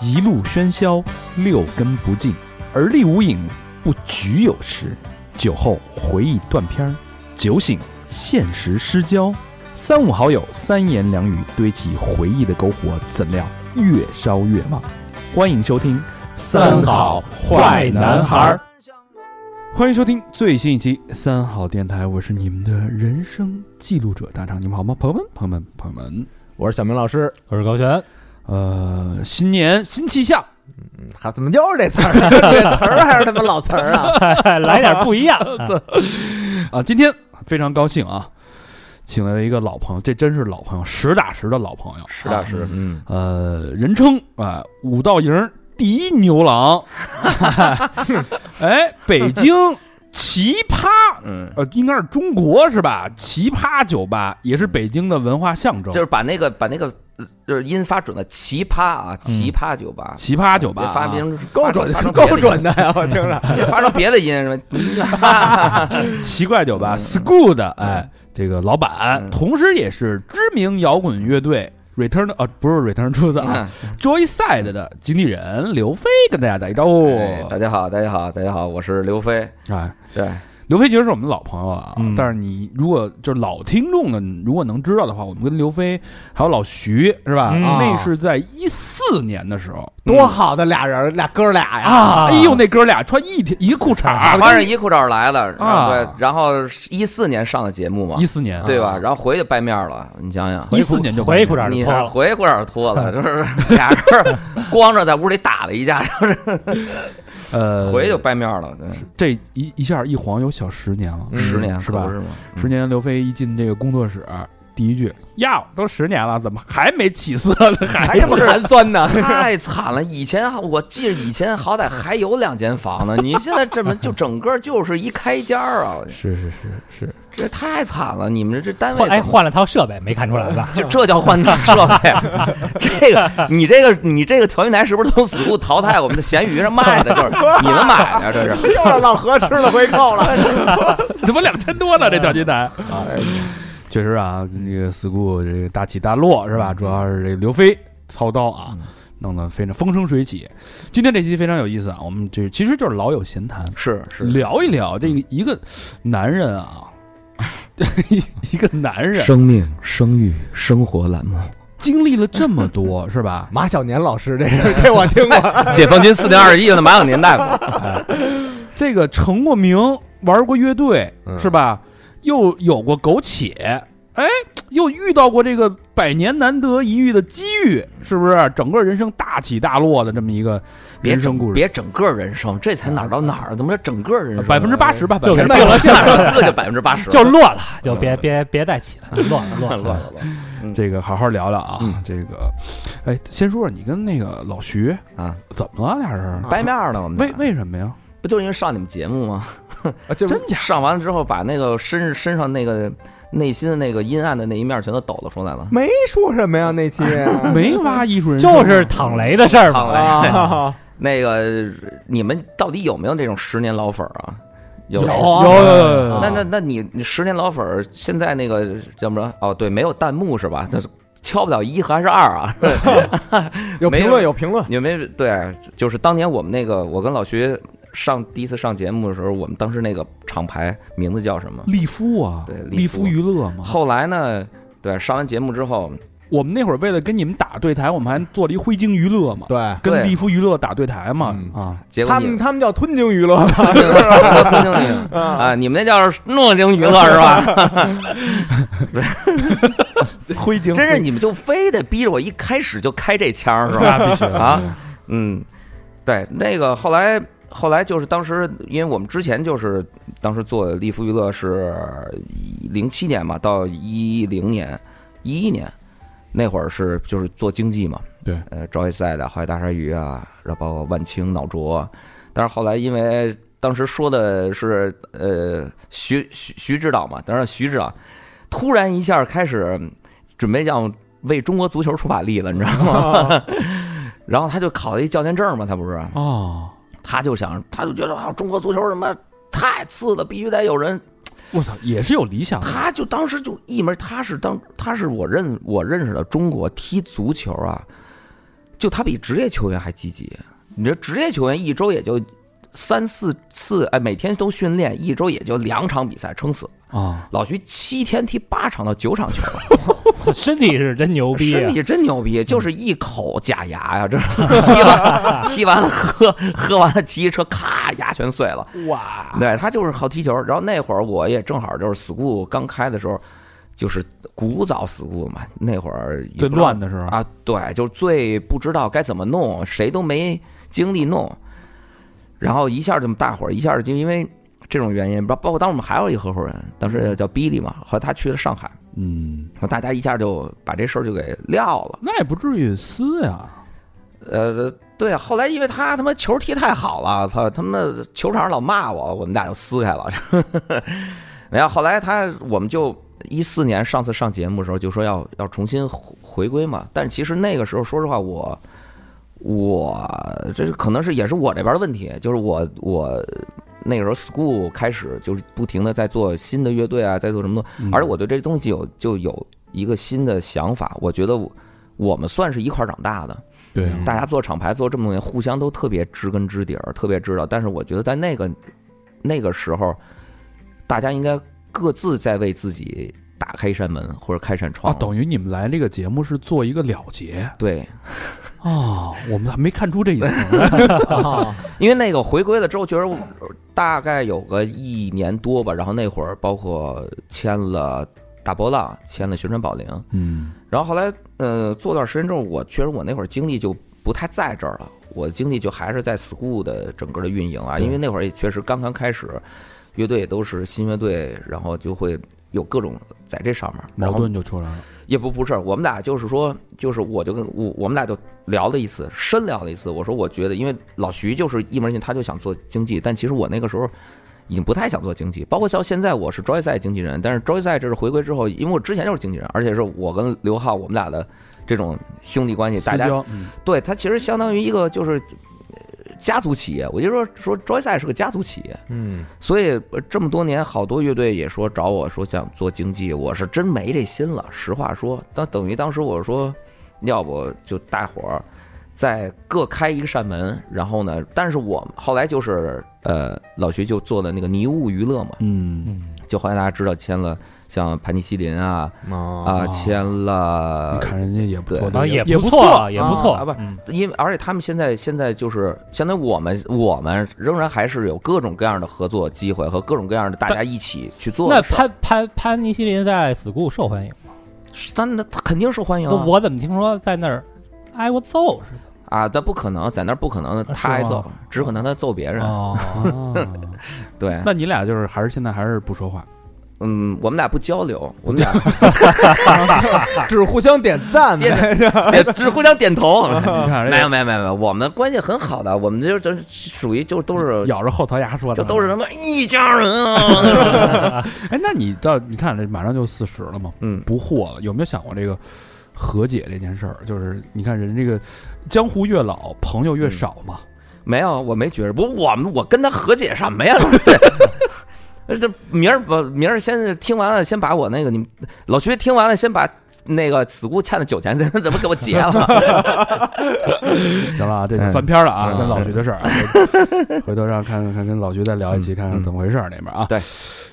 一路喧嚣，六根不净，而立无影，不局有时。酒后回忆断片儿，酒醒现实失焦。三五好友，三言两语堆起回忆的篝火，怎料越烧越旺。欢迎收听《儿。欢迎收听最新一期《三好电台》，我是你们的人生记录者大长，你们好吗？朋友们，朋友们，朋友们，我是小明老师，我是高璇，嗯呃，新年新气象，还怎么又是这词儿？啊 这词儿还是他妈老词儿啊？ 来点不 一样。啊，今天非常高兴啊，请来了一个老朋友，这真是老朋友，实打实的老朋友，实大师，嗯，呃，人称啊、五道营儿第一牛郎， 哎，北京奇葩，嗯，呃，应该是中国是吧？奇葩酒吧也是北京的文化象征，就是把那个把那个呃就是音发准了，奇葩啊，奇葩酒吧，嗯奇葩酒吧、别啊，发明够准发成，够准，的呀！我听嗯着，别的音别发成别的音什么， 奇怪酒吧嗯 School 的，哎，这个老板，嗯同时也是知名摇滚乐队 Return 啊，不是 Return to the 嗯哎啊，Joyside 的经纪人刘飞跟大家打一招呼。哎大家好，大家好，大家好，我是刘飞，哎，对，刘飞其实是我们的老朋友了啊，嗯但是你如果就是老听众呢，你如果能知道的话，我们跟刘飞还有老徐是吧？嗯那是在一四年的时候多好的俩人，俩哥俩呀！啊哎呦，那哥俩穿一天一个裤衩，啊穿上衣裤衩来了，然后啊对，然后一四年上的节目嘛一，四啊年对吧？？然后回去掰面了，你想想。一四年就回裤衩你就脱看了。回裤衩 脱了，是不是？俩人光着在屋里打了一架，呃，回去就掰面了，对这一一下一晃有小十年了，嗯十年是吧可不是嗯吗？十年，刘飞一进这个工作室，第一句：“呀，都十年了，怎么还没起色呢？还还这么寒酸呢？ 太惨了！以前我记得以前好歹还有两间房呢，你现在这么就整个就是一开间儿啊，是是是是，这太惨了！你们这这单位换哎，怎么换了套设备，没看出来 吧？就这叫 换大设备啊， 这个你这个你这个调音台是不是从死库淘汰我们的闲鱼上卖的？就是你们买的，啊这是。 又让老何吃了回扣了。 怎么两千多呢？这调金 台啊，确实啊，这个 school 这个大起大落是吧？主要是这个刘飞操刀啊，弄得非常风生水起。今天这期非常有意思啊，我们这其实就是老友闲谈，是是，聊一聊这个一个男人啊。 一个男人命、生育、生活栏目，经历了这么 多，是吧？马小年老师，这是这我听过，解放军四点二一的马小年大夫，这个成过名，玩过乐队，嗯是吧？又有过苟且，哎，又遇到过这个百年难得一遇的机遇，是不是？整个人生大起大落的这么一个别人生故整事，别整个人生，这才哪儿到哪儿？怎么叫整个哎人生？百分之八 十吧，就百分是被之我现在这就百分之八 十，就落了，就嗯别别别再起了，落了落乱了乱。了这个好好聊聊啊，嗯这个，哎，先说说你跟那个老徐啊，怎么了，俩嗯人？掰面儿呢，我们为俩为什么呀？不就是因为上你们节目吗？啊 这真假？上完了之后，把那个身身上那个内心的那个阴暗的那一面全都抖了出来了。没说什么呀？那 期没挖艺术 人生啊，就是躺雷的事儿躺嘛，雷啊，那个你们到底有没有那种十年老粉儿啊？有。有有有啊有那那那你你十年老粉儿，现在那个叫什么？哦，对，没有弹幕是嗯吧？这是敲不了一还是二 啊？ 有没有评论，有评论。 你们对，就是当年我们那个，我跟老徐上第一次上节目的时候，我们当时那个厂牌名字叫什么？利夫啊，对利利夫夫娱乐嘛，后来呢？对，上完节目之后，我们那会儿为了跟你们打对台，我们还做了一灰鲸娱乐嘛，对，跟对利夫娱乐打对台嘛嗯 啊，结果他你们他们叫吞鲸 娱乐吧，我同情你啊，你们那叫诺丁娱乐是吧？灰鲸 真是你们就非得逼着我一开始就开这腔是吧？那必须的啊，嗯，对，那个后来后来就是当时，因为我们之前就是当时做利夫娱乐是零七年嘛，到一零年一一年那会儿是就是做经济嘛，对，呃，招一赛的还有大鲨鱼啊，然后包括万青、脑浊，但是后来因为当时说的是呃徐徐徐指导嘛，当然徐指导突然一下开始准备要为中国足球出把力了，你知道吗？ 然后他就考了一教练证嘛，他不是，哦，他就想，他就觉得啊，中国足球什么太次了，必须得有人。我操，也是有理想 的，他就当时就一门，他是当他是我认我认识的中国踢足球啊，就他比职业球员还积极。你这职业球员一周也就三四次，哎，每天都训练，一周也就两场比赛，撑死。啊，老徐七天踢八场到九场球，啊身体是真牛逼身啊，体真牛逼，就是一口假牙呀、这 踢完 踢完了喝喝完了骑一车，咔牙全碎了。 哇，对他就是好踢球。然后那会儿我也正好就是 school 刚开的时候，就是古早 school 嘛，那会儿也最不知道乱的时候，啊，对，就是最不知道该怎么弄，谁都没精力弄，然后一下这么大伙儿，一下就因为这种原因，包包括当时我们还有一合伙人，当时叫 Billy 嘛，后来他去了上海，嗯，然后大家一下就把这事儿就给撂了。那也不至于撕呀，呃，对，后来因为他他妈球踢太好了，他他妈的球场上老骂我，我们俩就撕开了。 没有，后来他我们就一四年上次上节目的时候就说要要重新回回归嘛，但其实那个时候说实话我。我这是可能是也是我这边的问题，就是我我那个时候 school 开始就是不停的在做新的乐队啊，在做什么东西嗯而我对这东西有就有一个新的想法，我觉得我我们算是一块儿长大的，对啊，嗯大家做厂牌做这么多年，互相都特别知根知底儿，特别知道。但是我觉得在那个那个时候，大家应该各自在为自己打开一扇门或者开一扇啊，窗。等于你们来这个节目是做一个了结对，啊哦，我们还没看出这一层， 啊因为那个回归了之后，觉得我大概有个一年多吧。然后那会儿包括签了大波浪，签了旋转宝铃，嗯然后后来，呃，做段时间之后，我确实我那会儿精力就不太在这儿了，我的精力就还是在 school 的整个的运营啊，对因为那会儿也确实刚刚开始，乐队也都是新乐队，然后就会有各种在这上面然矛后盾就出来了，也不不是，我们俩就是说，就是我就跟我我们俩就聊了一次，深聊了一次。我说我觉得，因为老徐就是一门心，他就想做经济，但其实我那个时候已经不太想做经济，包括到现在我是 Joy 赛经纪人，但是 Joy 赛这是回归之后，因为我之前就是经纪人，而且是我跟刘浩我们俩的这种兄弟关系，大私家交，嗯对他其实相当于一个就是呃家族企业，我就说说 Joy 赛是个家族企业，嗯，所以呃这么多年，好多乐队也说找我说想做经济，我是真没这心了。实话说，当等于当时我说，要不就大伙儿再各开一扇门，然后呢，但是我后来就是呃，老徐就做的那个迷雾娱乐嘛，嗯，嗯就后来大家知道签了像盘尼西林啊啊，啊、签了哦你看人家也不对错，啊也也不错，错，也不错啊不是嗯因为而且他们现在现在就是相当于我们我们仍然还是有各种各样的合作机会和各种各样的大家一起去做那的事儿。潘潘潘尼西林在 school 受欢迎，但那他肯定受欢迎、就啊。我怎么听说在那儿挨过揍似的？啊，但不可能，在那儿不可啊能，吗他挨揍，只可能他揍别人。哦，对，那你俩就是还是现在还是不说话，嗯，我们俩不交 流，我们俩只是互相点赞点 呗，只互相点头。你看人啊没家有没有没有没有，我们关系很好的，我们就就是属于就都是咬着后槽牙说就嗯的，都是什么一家人 啊。哎，那你到你看这马上就四十了嘛，嗯，不惑了，有没有想过这个和解这件事儿？就是你看人这个江湖越老，朋嗯友越少嘛。没有，我没觉着。不，我们我跟他和解什么呀？ 这明儿不明儿先听完了，先把我那个你们老徐听完了，先把那个死姑欠的酒钱 怎么给我结了？ 行了啊，这就嗯翻篇了啊，嗯跟老徐的事 儿啊，回回头让看看跟老徐再聊一期，嗯看看嗯怎么回事儿那边啊。对，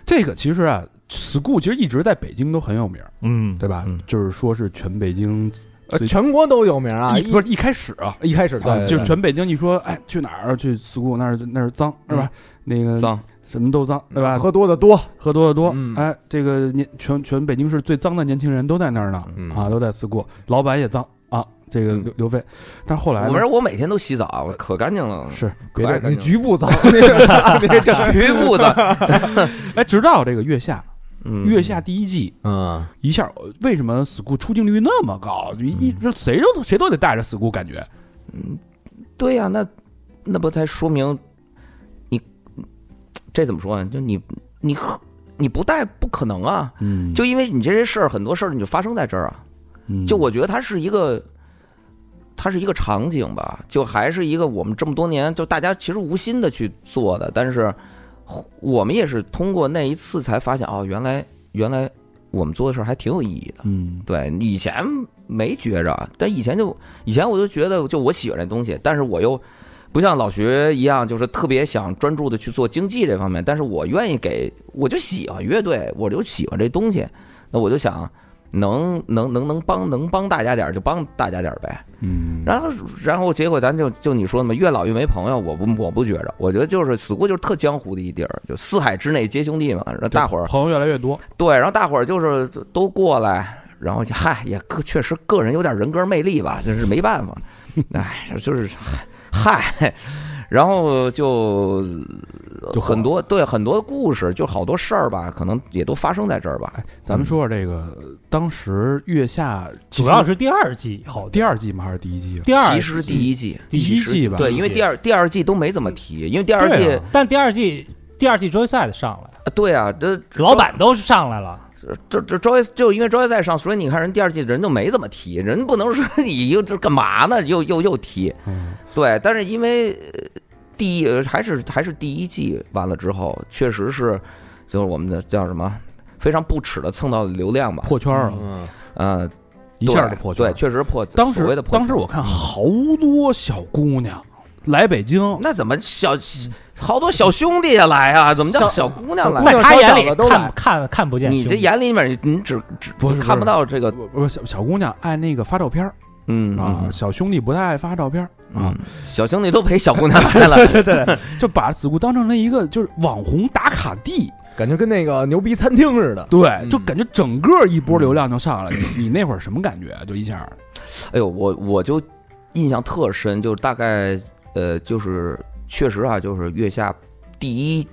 这个其实啊，school 其实一直在北京都很有名儿，嗯，对吧嗯？就是说是全北京呃全国都有名啊，一一不是一开始啊。一开始啊对，就是全北京一说，哎，去哪儿去 school 那儿那儿脏是吧？那个嗯脏，什么都脏对吧？喝多的多，喝多的多，嗯哎，这个年全全北京市最脏的年轻人都在那儿呢，嗯啊，都在四顾，老板也脏啊，这个嗯刘刘飞，但后来呢我们我每天都洗澡，啊我可干 净了。是可别爱的，干你净。局部 脏，你这这 局部的。哎，直到这个月下，嗯月下第一季嗯，一下，为什么 school 出镜率那么高？就一这谁都谁都得带着 school 感觉，对呀、那那不才说明你这怎么说啊？就你你你不带不可能啊！嗯就因为你这些事儿，很多事儿你就发生在这儿啊。就我觉得它是一个，它是一个场景吧，就还是一个我们这么多年就大家其实无心的去做的，但是我们也是通过那一次才发现哦，原来原来我们做的事儿还挺有意义的。嗯对，以前没觉着，但以前就以前我就觉得，就我喜欢这东西，但是我又不像老徐一样，就是特别想专注的去做经济这方面，但是我愿意给，我就喜欢乐队，我就喜欢这东西，那我就想能能能能帮能帮大家点儿就帮大家点儿呗，嗯，然后，然后结果咱就就你说的嘛，越老越没朋友，我不我不觉着，我觉得就是死过就是特江湖的一地儿，就四海之内皆兄弟嘛。然后嗯大伙儿朋友越来越多，对，然后大伙儿就是都过来，然后就嗨也个确实个人有点人格魅力吧，这是没办法，哎，这就是嗨，然后就就很火多对很多故事，就好多事儿吧，可能也都发生在这儿吧。咱们说说这个，当时月下其主实要是第二季好第点，二季吗？还是第一季啊？第二其实第一季，第一季吧对，因为第二第二季都没怎么提，因为第二季对啊但第二季第二季周赛的上来了，对啊，这老板都是上来了，这这周就因为周业在上，所以你看人第二季人就没怎么提，人不能说 你又这干嘛呢？又又又提，嗯对，但是因为呃第一呃还是还是第一季完了之后，确实是就是我们的叫什么非常不耻的蹭到了流量吧，破圈了，嗯，嗯、一下就破圈对，了。确实破，当所谓时的破嗯当圈时我看好多小姑娘来北京，那怎么小好多小兄弟也来啊？怎么叫小姑娘来？小姑在他眼里小小的都来看看看不见兄你弟，这眼里面你只只不是不只是看不到这个，呃不不小小姑娘爱那个发照片儿嗯啊，嗯小兄弟不太爱发照片儿啊嗯，，小兄弟都陪小姑娘来了，对对，对就把子固当成了一个就是网红打卡地，感觉跟那个牛逼餐厅似的。对，嗯就感觉整个一波流量就上来了。你你那会儿什么感觉啊？就一下哎呦，我我就印象特深，就是大概呃，就是确实啊，就是月下第一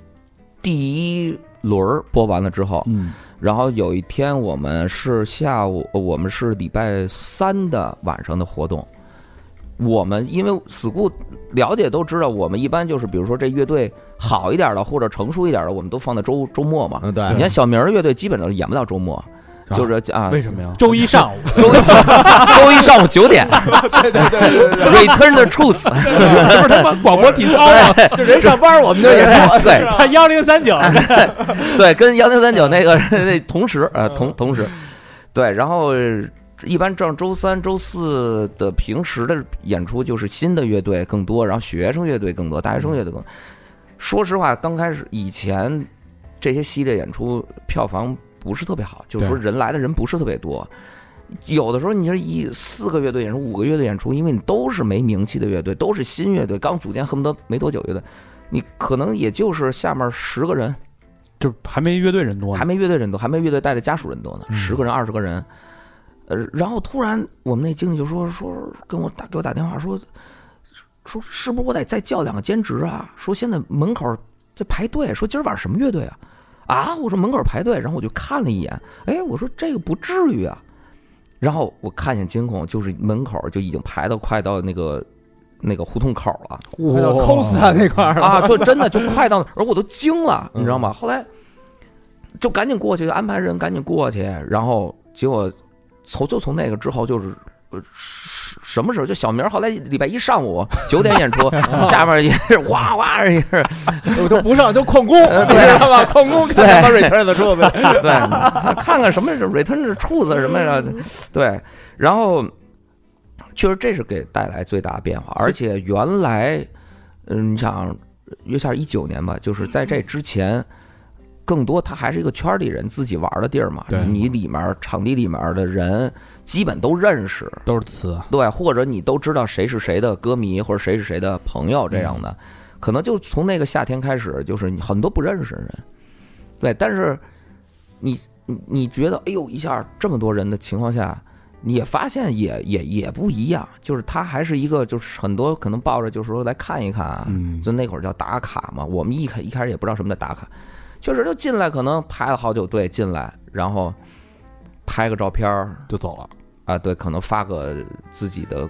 第一轮儿播完了之后，嗯然后有一天我们是下午，呃我们是礼拜三的晚上的活动。我们因为 school 了解都知道，我们一般就是比如说这乐队好一点的或者成熟一点的，我们都放在周周末嘛。嗯，对 你看小明儿乐队基本都演不到周末，啊就是啊，为什么呀？周一上午周一周一上午九点 对对对对对，Return the Truth。这不是他 妈广播体操吗？ 对，就人上班我们就也说对是吧幺零三九对，跟幺零三九那个那同时啊，同同时，对，然后一般正周三、周四的平时的演出就是新的乐队更多，然后学生乐队更多，大学生乐队更多。说实话，刚开始以前这些系列演出票房不是特别好，就是说人来的人不是特别多。有的时候你是一四个乐队演出，五个乐队演出，因为你都是没名气的乐队，都是新乐队，刚组建恨不得没多久乐队，你可能也就是下面十个人，就还没乐队人多还呢。没乐队人多，还没乐队带的家属人多呢，嗯十个人、二十个人。呃，然后突然我们那经理就说说跟我打给我打电话说说是不是我得再叫两个兼职啊？说现在门口在排队，说今儿晚上什么乐队啊？啊，我说门口排队，然后我就看了一眼，哎，我说这个不至于啊。然后我看见监控，就是门口就已经排到快到那个那个胡同口了。快到哦 cos 那块儿了 啊，对，真的就快到那儿，而我都惊了，你知嗯道吗？后来就赶紧过去安排人，赶紧过去，然后结果从就从那个之后就是。呃什什么时候？就小明儿后来礼拜一上午九点演 出，下面也是哗哗也是，我就不上就旷工，呃你对知道吧？旷工看他妈对 return 的桌子， 对，看看什么是 return 处子什么呀？对，然后确实这是给带来最大的变化，而且原来，嗯、你想约下一九年吧，就是在这之前。更多，它还是一个圈儿里人自己玩儿的地儿嘛。对你里面儿场地里面儿的人基本哦都啊认识，都是词，对，或者你都知道谁是谁的歌迷，或者谁是谁的朋友这样的，可能就从那个夏天开始，就是你很多不认识的人，对，但是你你你觉得，哎呦，一下这么多人的情况下，你也发现也也也不一样，就是他还是一个，就是很多可能抱着就是说来看一看啊，嗯就那会儿叫打卡嘛，我们一开一开始也不知道什么叫打卡，确实就进来可能排了好久队进来，然后拍个照片儿，就走了。啊，对，可能发个自己的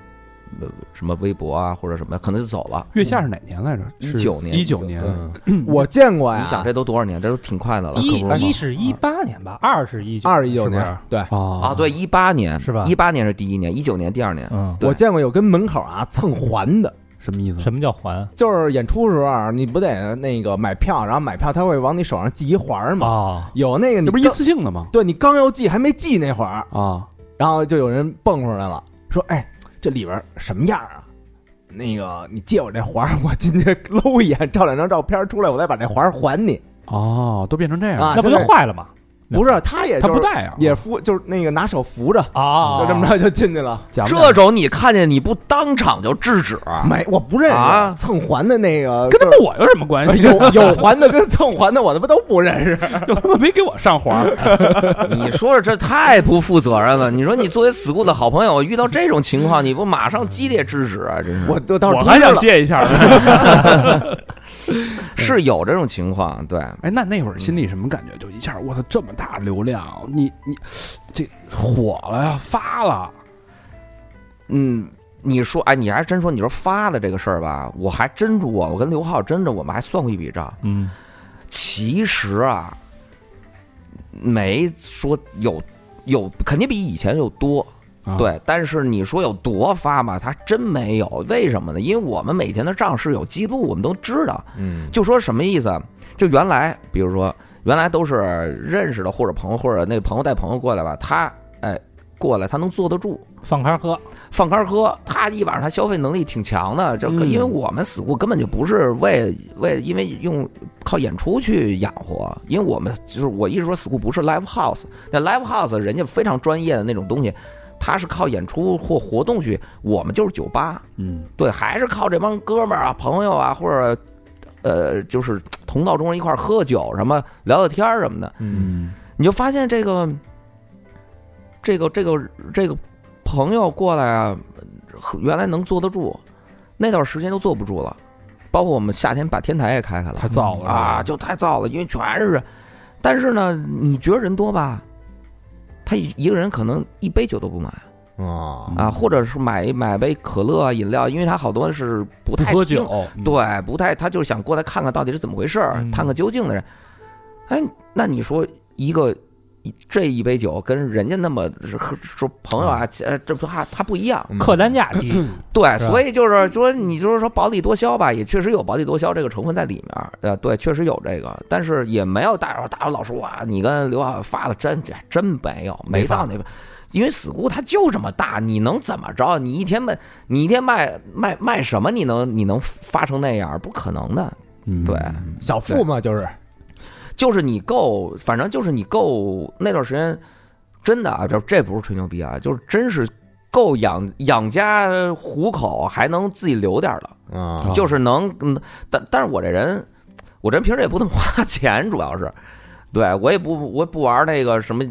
呃什么微博啊或者什么，可能就走了。月下是哪年来着？ 19年一九年。啊嗯我见过你呀想，这都多少年，这都挺快的一了。啊可不是吗一是一八年吧，二是一九二一九是不是年，对啊啊，对，，一八年是吧一八年是第一年，一九年第二年。嗯对我见过有跟门口啊蹭环的，什么意思？什么叫还就是演出时候啊你不得那个买票，然后买票他会往你手上系一环儿嘛，啊？有那个你这不是一刚次性的吗？对你刚要系还没系那会儿，啊，然后就有人蹦出来了，说：“哎，这里边什么样啊？那个，你借我这环儿，我进去 搂一眼，照两张照片出来，我再把这环儿还你。哦，都变成这样了啊那不就现在坏了吗？”不是，他也、就他是、不带啊，也扶，就是那个拿手扶着，啊，就这么着就进去了。假不这种你看见你不当场就制止，没，我不认识、啊蹭还的那个，跟他就妈我有什么关 系？ 是有有还的跟蹭还的，我他妈都不认识。又他妈没给我上环儿， 你说说这太不负责任了。你说你作为 school 的好朋友，遇到这种情况，你不马上激烈制止啊？真是，我就到时我候还出去想了借一下呢。是有这种情况，对，哎，那那会儿心里什么感觉？就一下，我操，这么大流量，你你这火了呀，发了，嗯。你说，哎，你还真说，你说发的这个事儿吧，我还真住啊，我跟刘浩真的，我们还算过一笔账。嗯，其实啊，没说有有，肯定比以前有多啊。对，但是你说有多发吧，它真没有。为什么呢？因为我们每天的账是有记录，我们都知道。嗯，就说什么意思啊？就原来，比如说原来都是认识的或者朋友，或者那朋友带朋友过来吧，他哎过来，他能坐得住，放开喝，放开喝，他一晚上他消费能力挺强的。这个，嗯因为我们死过根本就不是为为，因为用靠演出去养活，因为我们就是我一直说死过不是 live house，那 live house 人家非常专业的那种东西，他是靠演出或活动去，我们就是酒吧，嗯，对，还是靠这帮哥们儿啊、朋友啊，或者呃，就是同道中人一块儿喝酒什么、聊聊天儿什么的。嗯，你就发现这个，这个这个这个朋友过来啊，原来能坐得住，那段时间都坐不住了。包括我们夏天把天台也开开了太燥了嗯啊，，就太燥了，因为全是人。但是呢，你觉得人多吧？他一一个人可能一杯酒都不买啊啊，嗯或者是买买杯可乐啊、饮料，因为他好多是不不太喝听酒，对，不太，他就是想过来看看到底是怎么回事儿，嗯探个究竟的人。哎，那你说一个一这一杯酒跟人家那么是喝说朋友啊，呃这不他他不一样，嗯客单价低，对，是吧所以就是说，你就是说薄利多销吧，也确实有薄利多销这个成分在里面儿，呃，对，确实有这个，但是也没有大伙大伙老说哇，你跟刘浩发的真这真没有，没没发到那边。因为死姑它就这么大，你能怎么着？你一天卖，你一天卖卖卖什么？你能你能发成那样？不可能的。嗯对小富嘛，就是就是你够，反正就是你够那段时间，真的啊，这这不是吹牛逼啊，就是真是够养养家糊口，还能自己留点儿了，啊啊就是能，嗯但但是我这人，我这人平时也不怎么花钱， 主要是，对我也不我也不玩那个什么。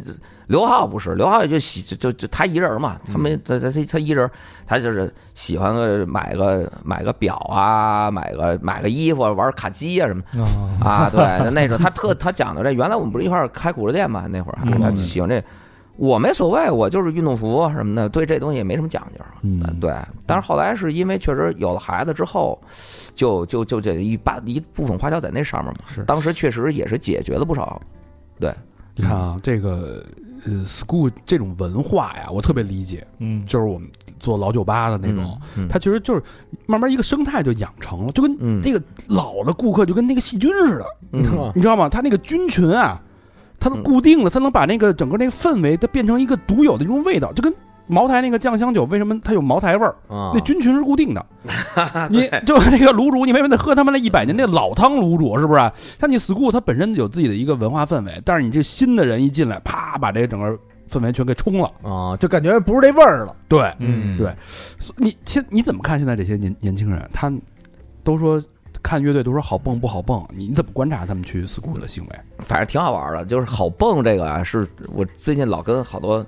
刘浩不是，刘浩也就喜就就就他一人儿嘛，他没他他他他一人儿，他就是喜欢个买个买个表啊，买个买个衣服，玩卡机啊什么的。啊啊，对，那那种他特他讲的这，原来我们不是一块儿开古着店嘛，那会儿还嗯他喜欢这，我没所谓，我就是运动服什么的，对这东西也没什么讲究。嗯呃对，但是后来是因为确实有了孩子之后，就就就这一把一部分花销在那上面嘛，是当时确实也是解决了不少。你看啊，这个呃，school 这种文化呀，我特别理解，嗯，就是我们做老酒吧的那种，嗯，它其实就是慢慢一个生态就养成了，就跟嗯那个老的顾客就跟那个细菌似的，嗯你知道吗？它那个菌群啊，它嗯固定了，它能把那个整个那个氛围，它变成一个独有的一种味道，就跟。茅台那个酱香酒为什么它有茅台味儿？啊那菌群是固定的，你就那个卤煮，你为什么得喝他妈那一百年那老汤卤煮？是不是？像你 school 它本身有自己的一个文化氛围，但是你这新的人一进来，啪把这个整个氛围全给冲了。啊，就感觉不是这味儿了。对，嗯对所以你现你怎么看现在这些年年轻人？他都说看乐队都说好蹦不好蹦，你怎么观察他们去 school 的行为？反正挺好玩的，就是好蹦这个啊，是我最近老跟好多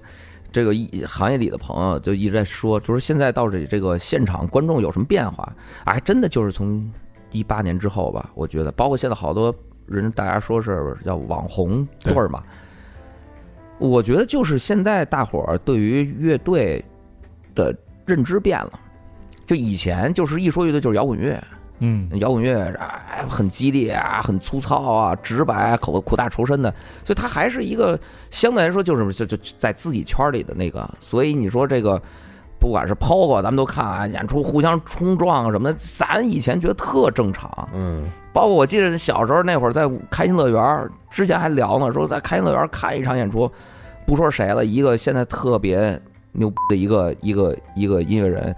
这个一行业里的朋友就一直在说，就是现在到底这个现场观众有什么变化？啊，还真的就是从一八年之后吧，我觉得，包括现在好多人大家说是叫网红对对儿嘛，我觉得就是现在大伙儿对于乐队的认知变了。就以前就是一说乐队就是摇滚乐，嗯 摇滚乐啊，很激烈啊，很粗糙啊，直白啊，口苦大仇深的，所以他还是一个相对来说就是就就在自己圈里的那个，所以你说这个不管是抛过，咱们都看啊，演出互相冲撞啊什么的，咱以前觉得特正常。嗯，包括我记得小时候那会儿在开心乐园儿之前还聊呢，说在开心乐园儿看一场演出，不说谁了，一个现在特别牛逼的一个一个一个音乐人，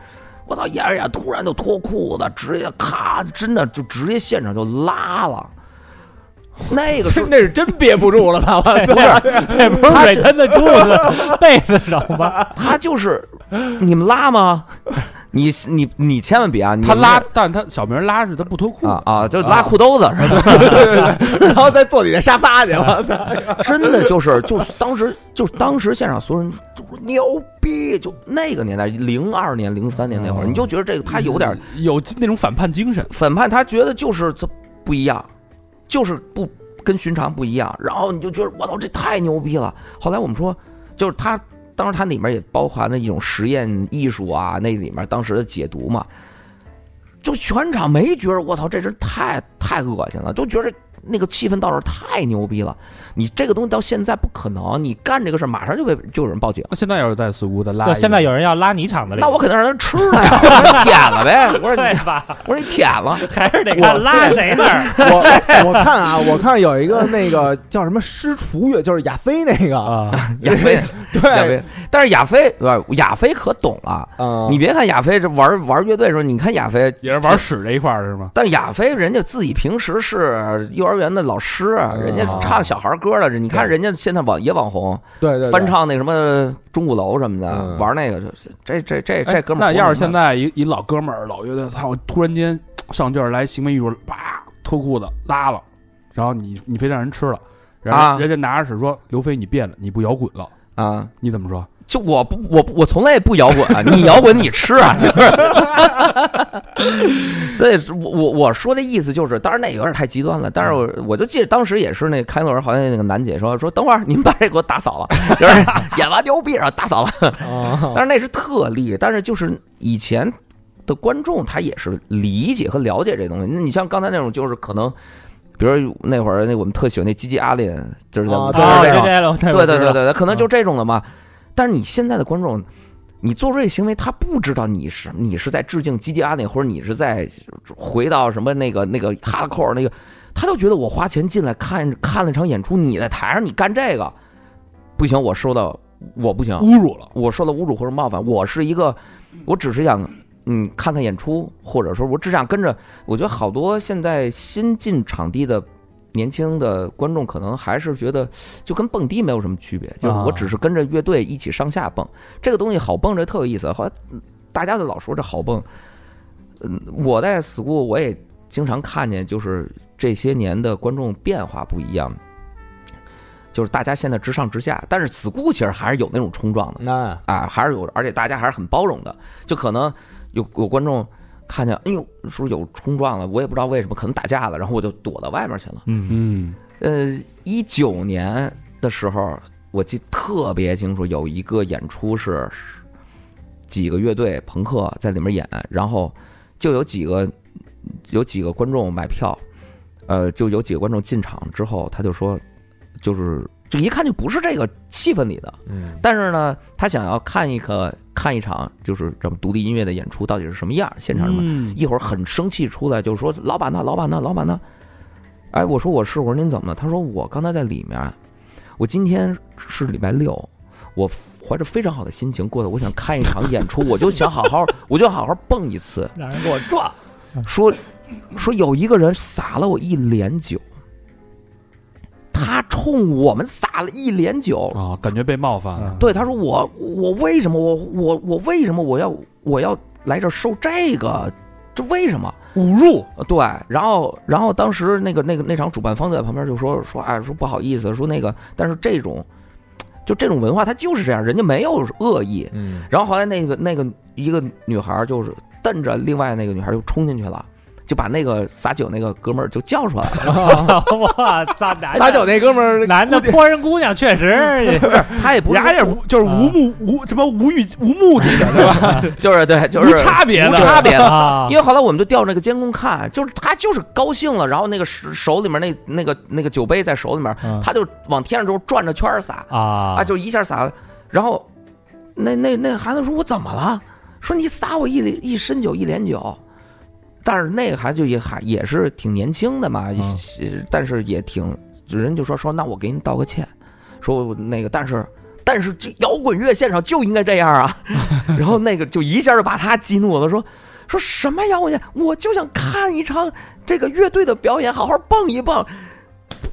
我操，演着演着突然就脱裤子，直接咔，真的就直接现场就拉了。那个时候那是真憋不住了吧？我不是，那不是水吞的柱子，被子少吗？他就是你们拉吗？ 你你你千万别啊！你他们拉，但他小明拉是他不脱裤啊子，啊，就拉裤兜子是吧？然后再坐你那沙发去了。 真的就是就是当时就是当时现场所有人就说牛逼，就那个年代零二年零三年那会儿，嗯你就觉得这个他有点有那种反叛精神。反叛，他觉得就是这不一样，就是不跟寻常不一样，然后你就觉得我操这太牛逼了。后来我们说，就是他当时他里面也包含了一种实验艺术啊，那里面当时的解读嘛，就全场没觉得我操这人太太恶心了，就觉得。那个气氛到时候太牛逼了，你这个东西到现在不可能，你干这个事儿马上就被就有人报警，那现在要是在苏屋的拉一就个，现在有人要拉你场子里，那我肯定让人吃了呀，我说你舔了呗，我说对你吧？我说你舔了，还是得看拉谁那儿。我我看啊，我看有一个那个叫什么师厨乐，就是亚飞那个， 啊，亚飞亚对，飞，但是亚飞对吧？亚飞可懂了。嗯， 你别看亚飞这玩玩乐队的时候，你看亚飞，也是玩屎这一块儿是吗？但亚飞人家自己平时是幼儿园的老师，啊人家嗯唱小孩歌的，你看人家现在网也网红，对对对翻唱那什么钟鼓楼什么的，嗯玩那个，这这这这哥们哎儿那不懂的，要是现在一一老哥们儿老乐队，操，我突然间上劲儿来行为艺术，啪脱裤子拉了，然后你你非让人吃了，然后啊人家拿着屎说刘飞你变了，你不摇滚了，啊，你怎么说？就我不我不我从来也不摇滚、啊，你摇滚你吃啊，就是。对，我我我说的意思就是，当然那有点太极端了，但是我我就记得当时也是那开头好像那个楠姐说说等会儿你们把这给我打扫了，就是 演完牛逼然后打扫了，啊但是那是特例，但是就是以前的观众他也是理解和了解这东西，那你像刚才那种就是可能。比如那会儿，那我们特喜欢那吉吉阿林，就是在啊舞台对上对那哦对种，对对对对对，对，可能嗯就这种了嘛。但是你现在的观众，你做出这行为，他不知道你是你是在致敬基迪阿那，或者你是在回到什么那个那个哈拉扣尔那个，他就觉得我花钱进来看看了场演出，你在台上你干这个，不行，我受到我不行，侮辱了，我受到侮辱或者冒犯，我是一个，我只是想。嗯，看看演出，或者说我只想跟着。我觉得好多现在新进场地的年轻的观众，可能还是觉得就跟蹦迪没有什么区别，就是啊我只是跟着乐队一起上下蹦。这个东西好蹦，这特有意思。后来嗯大家都老说这好蹦，嗯，我在 school 我也经常看见，就是这些年的观众变化不一样，就是大家现在直上直下，但是 school 其实还是有那种冲撞的。那啊，还是有，而且大家还是很包容的。就可能有有观众看见，哎呦，是不是有冲撞了？我也不知道为什么，可能打架了，然后我就躲到外面去了。嗯，嗯，呃，一九年的时候，我记得特别清楚，有一个演出是几个乐队朋克在里面演，然后就有几个有几个观众买票，呃，就有几个观众进场之后，他就说，就是就一看就不是这个气氛里的，嗯但是呢，他想要看一个看一场就是这么独立音乐的演出到底是什么样儿，现场什么。嗯一会儿很生气出来，就说老板呢，老板呢，老板呢。哎，我说我是，我说您怎么了？他说我刚才在里面，我今天是礼拜六，我怀着非常好的心情过来，我想看一场演出，我就想好好，我就好好蹦一次。让人给我撞，说说有一个人撒了我一脸酒，他冲我们撒了一脸酒，啊，感觉被冒犯了，对，他说我我为什么我我我为什么我要我要来这儿受这个？这为什么？侮辱，呃对，然后然后当时那个那个那场主办方就在旁边就说说哎说不好意思说那个，但是这种就这种文化它就是这样，人家没有恶意。嗯然后后来那个那个一个女孩就是瞪着另外那个女孩就冲进去了，就把那个撒酒那个哥们儿就叫出来 了。我操，男的撒酒哎那哥们儿，男的泼人姑娘确实，他也不是俩也无就是无目无什么无欲无目的的，对吧？就是对就是无差别无的，差别的。 啊因为后来我们就调那个监控看，就是他就是高兴了，然后那个手手里面那那个那个酒杯在手里面，嗯他就往天上就转着圈儿撒啊啊，就一下撒，然后那那那孩子说：“我怎么了？”说：“你撒我一脸一身酒一脸酒。”但是那个孩子就也还也是挺年轻的嘛，嗯是但是也挺人就说说那我给你道个歉，说我那个但是但是这摇滚乐现场就应该这 样啊，然后那个就一下就把他激怒了，说说什么摇滚乐，我就想看一场这个乐队的表演，好好蹦一蹦，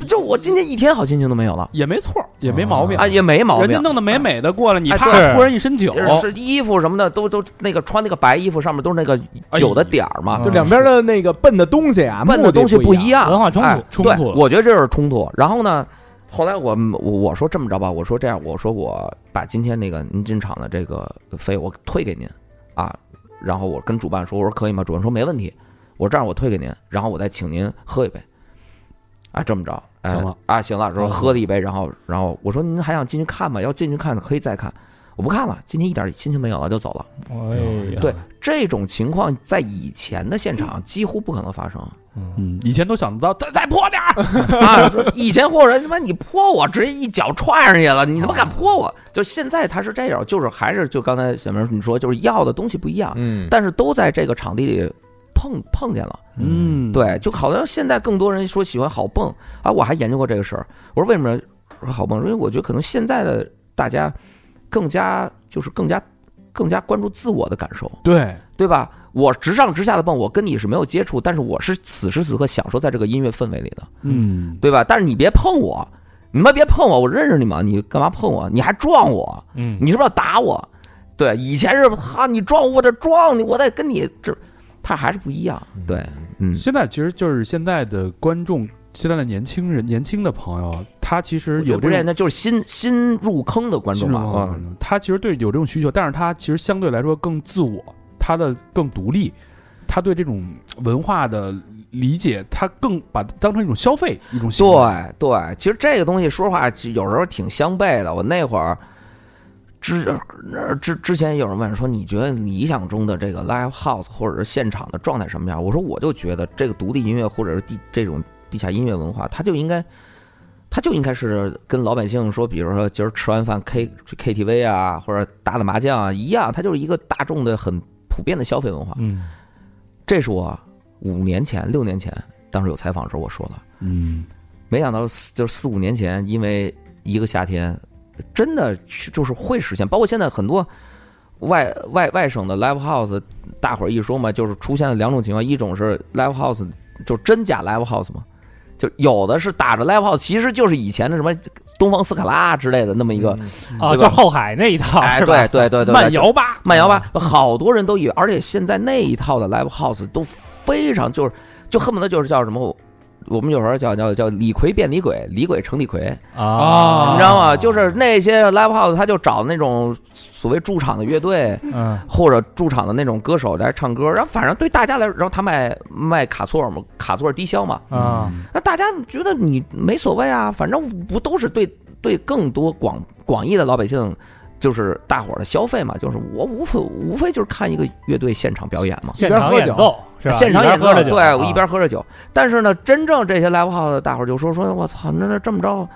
就我今天一天好心情都没有了也没错，也没毛病啊，也没毛人家病。弄得美美的过来，你哎啪对泼人一身酒，是衣服什么的都都那个穿那个白衣服，上面都是那个哎酒的点儿嘛，就两边的那个奔的东西啊，问目嗯的嗯的东西不一样。样，文化冲突哎冲对突了我觉得这是冲突。然后呢，后来我我我说这么着吧，我说这样，我说我把今天那个您进场的这个费我退给您啊，然后我跟主办说，我说可以吗？主办说没问题，我这样我退给您，然后我再请您喝一杯。啊，这么着，哎行了啊，行了，说嗯喝了一杯，然后，然后我说您还想进去看吗？要进去看的可以再看，我不看了，今天一点心情没有了，就走了。哎呀，对这种情况在以前的现场几乎不可能发生，嗯，以前都想得到，再再泼点儿，啊，说以前或者人他妈你泼我，直接一脚踹上去了，你他妈敢泼我？就现在他是这样，就是还是就刚才小明你说，就是要的东西不一样，嗯，但是都在这个场地里碰碰见了。嗯，对，就好像现在更多人说喜欢好蹦啊，我还研究过这个事儿。我说为什么说好蹦？因为我觉得可能现在的大家更加就是更加更加关注自我的感受，对，对吧？我直上直下的蹦，我跟你是没有接触，但是我是此时此刻享受在这个音乐氛围里的。嗯，对吧？但是你别碰我，你妈别碰我，我认识你吗？你干嘛碰我？你还撞我？嗯，你是不是要打我？对，以前是哈、你撞我，我这撞你，我再跟你这，他还是不一样。对，嗯，现在其实就是现在的观众，现在的年轻人、年轻的朋友，他其实有这不认种那就是新新入坑的观新众入吧坑的？观嗯众他其实对有这种需求，但是他其实相对来说更自我，他的更独立，他对这种文化的理解，他更把它当成一种消费，一种行为对对，其实这个东西说实话其实有时候挺相悖的。我那会儿之呃之之前有人问说，你觉得理想中的这个 live house 或者是现场的状态什么样？我说我就觉得这个独立音乐或者是地这种地下音乐文化，它就应该。它就应该是跟老百姓说，比如说今儿吃完饭 K 去 KTV 啊，或者打打麻将啊一样，它就是一个大众的很普遍的消费文化。嗯，这是我五年前、六年前当时有采访的时候我说的，嗯，没想到四就是四五年前，因为一个夏天，真的去就是会实现。包括现在很多外外外省的 live house，大伙儿一说嘛，就是出现了两种情况，一种是 live house 就真假 live house 嘛，就有的是打着 live house，其实就是以前的什么东方斯卡拉之类的那么一个，嗯啊，对就是吧后海那一套，哎，啊是吧对对对对，慢摇。摇吧，慢摇吧，好多人都以为，而且现在那一套的 live house 都非常就是就恨不得就是叫什么，我们有时候叫叫叫李逵变李鬼，李鬼成李逵，啊，你知道吗？就是那些 live house 他就找那种所谓驻场的乐队嗯，或者驻场的那种歌手来唱歌，然后反正对大家来，然后他卖卖卡座嘛，卡座低消嘛，啊，那大家觉得你没所谓啊，反正不都是对对更多广广义的老百姓，就是大伙儿的消费嘛，就是我无非无非就是看一个乐队现场表演嘛。现场演奏是吧？现场演一边喝奏着，酒，对我啊一边喝着酒，但是呢，真正这些 live house 的大伙儿就说说，我操，那那这么着，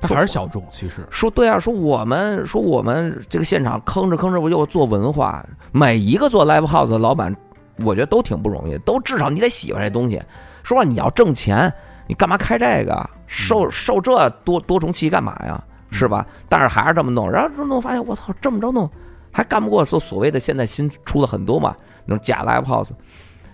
他还是小众，其实说对啊，说我们说我们这个现场吭哧吭哧，我就做文化，每一个做 live house 的老板，我觉得都挺不容易，都至少你得喜欢这东西。说实话，你要挣钱，你干嘛开这个？嗯受受这多多重气干嘛呀？是吧？但是还是这么弄，然后这么弄发现，我操，这么着弄还干不过说所谓的现在新出了很多嘛那种假 live house，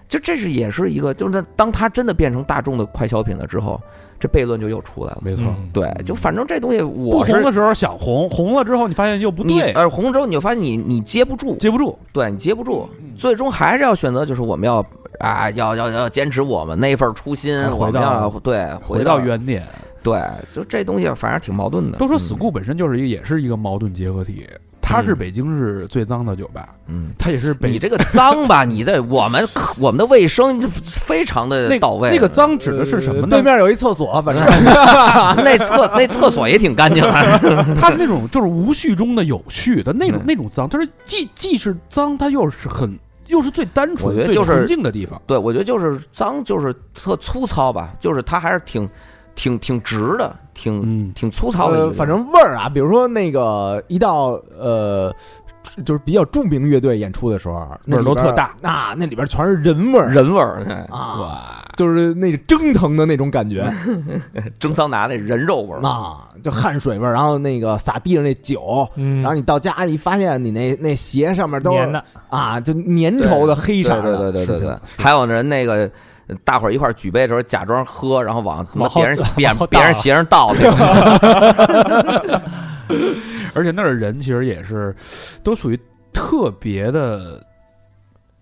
就这是也是一个，就是那当它真的变成大众的快消品了之后，这悖论就又出来了。没错。啊嗯，对，就反正这东西不我是红的时候想红，红了之后你发现又不你对，呃，红州你就发现你你接不住，接不住。对你接不住，最终还是要选择，就是我们要啊，要要要坚持我们那份初心哎，我回们到要对回到嗯到原点，对，就这东西反正挺矛盾的。都说嗯 school 本身就是一个，也是一个矛盾结合体。它是北京市最脏的酒吧，嗯，它也是北你这个脏吧，你的我们可我们的卫生非常的那到位，那个脏指的是什么呢呃对？面有一厕所，反正那厕那厕所也挺干净啊的，它是那种就是无序中的有序的那种嗯那种脏，它是既既是脏，它又是很又是最单我纯、觉得最就是纯净的地方。 对我觉得就是脏就是特粗糙吧，就是它还是挺挺挺直的，挺嗯，挺粗糙的一个呃地方，反正味儿啊，比如说那个一到呃就是比较著名乐队演出的时候，那味儿都里边特大，啊，那里边全是人味儿人味儿， 哎啊，哇，就是那蒸腾的那种感觉，蒸桑拿那人肉味儿，啊，就汗水味儿，然后那个洒地上那酒，嗯，然后你到家一发现你那那鞋上面都粘是的，啊，就粘稠的黑对色的，对对对对是对的，还有人那个。呃大伙儿一块儿举杯的时候，假装喝，然后往往后别人别往后倒别人鞋上倒那 种。而且那儿的人其实也是都属于特别的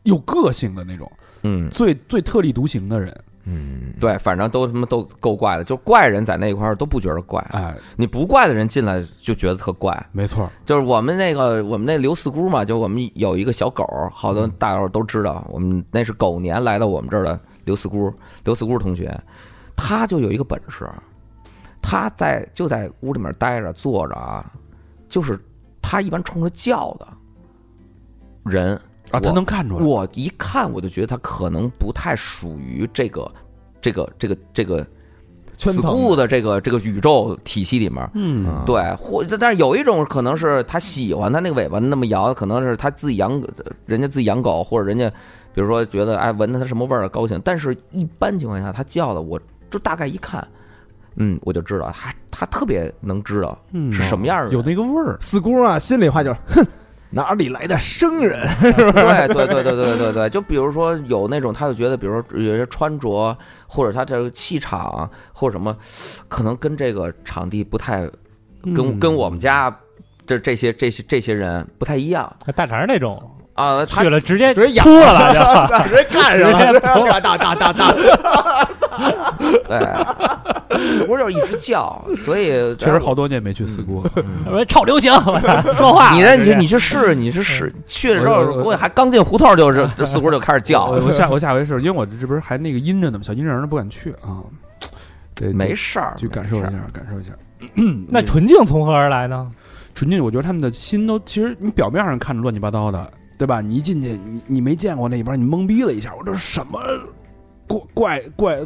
有个性的那种，嗯，最最特立独行的人，嗯，对，反正都他妈都够怪的，就怪人在那一块儿都不觉得怪，啊哎，你不怪的人进来就觉得特怪。啊没错，就是我们那个我们那刘四姑嘛，就我们有一个小狗，好多大伙儿都知道，我们那是狗年来到我们这儿的刘四姑，刘四姑同学，她就有一个本事，她在就在屋里面待着坐着啊，就是她一般冲着叫的人，啊，他我能看出来，我一看我就觉得她可能不太属于这个这个这个这个圈层 school 的这个这个宇宙体系里面，嗯，啊对，或但是有一种可能是他喜欢他那个尾巴那么摇，可能是他自己养，人家自己养狗，或者人家比如说觉得哎闻着它什么味儿高兴，但是一般情况下他叫的我就大概一看，嗯，我就知道他他特别能知道 嗯是什么样的人，有那个味儿，四姑啊，心里话就是哼，哪里来的生人？对对对对对对对，就比如说有那种，他就觉得，比如说有些穿着或者他这个气场或者什么，可能跟这个场地不太，跟嗯跟我们家这这些这些这些人不太一样大肠那种啊。他去了直接直接秃了吧就，直接干上了，大大大大大， 对，我哎就是一直叫，所以 哎确实。好多年没去四姑了， 我说超流行，我操说话了。你呢？直你接去你去试，你去试。去的嗯时我我候，我我还刚进胡同，就是四姑就开始叫我。哦我下我下回是因为我这不是还那个阴着呢嘛，小阴着呢不敢去啊，对，没事儿，去感受没一事儿。下，感受一下。那纯净从何而来呢？纯净，我觉得他们的心都，其实你表面上看着乱七八糟的，对吧？你一进去，你你没见过那边，你懵逼了一下，我这什么怪怪怪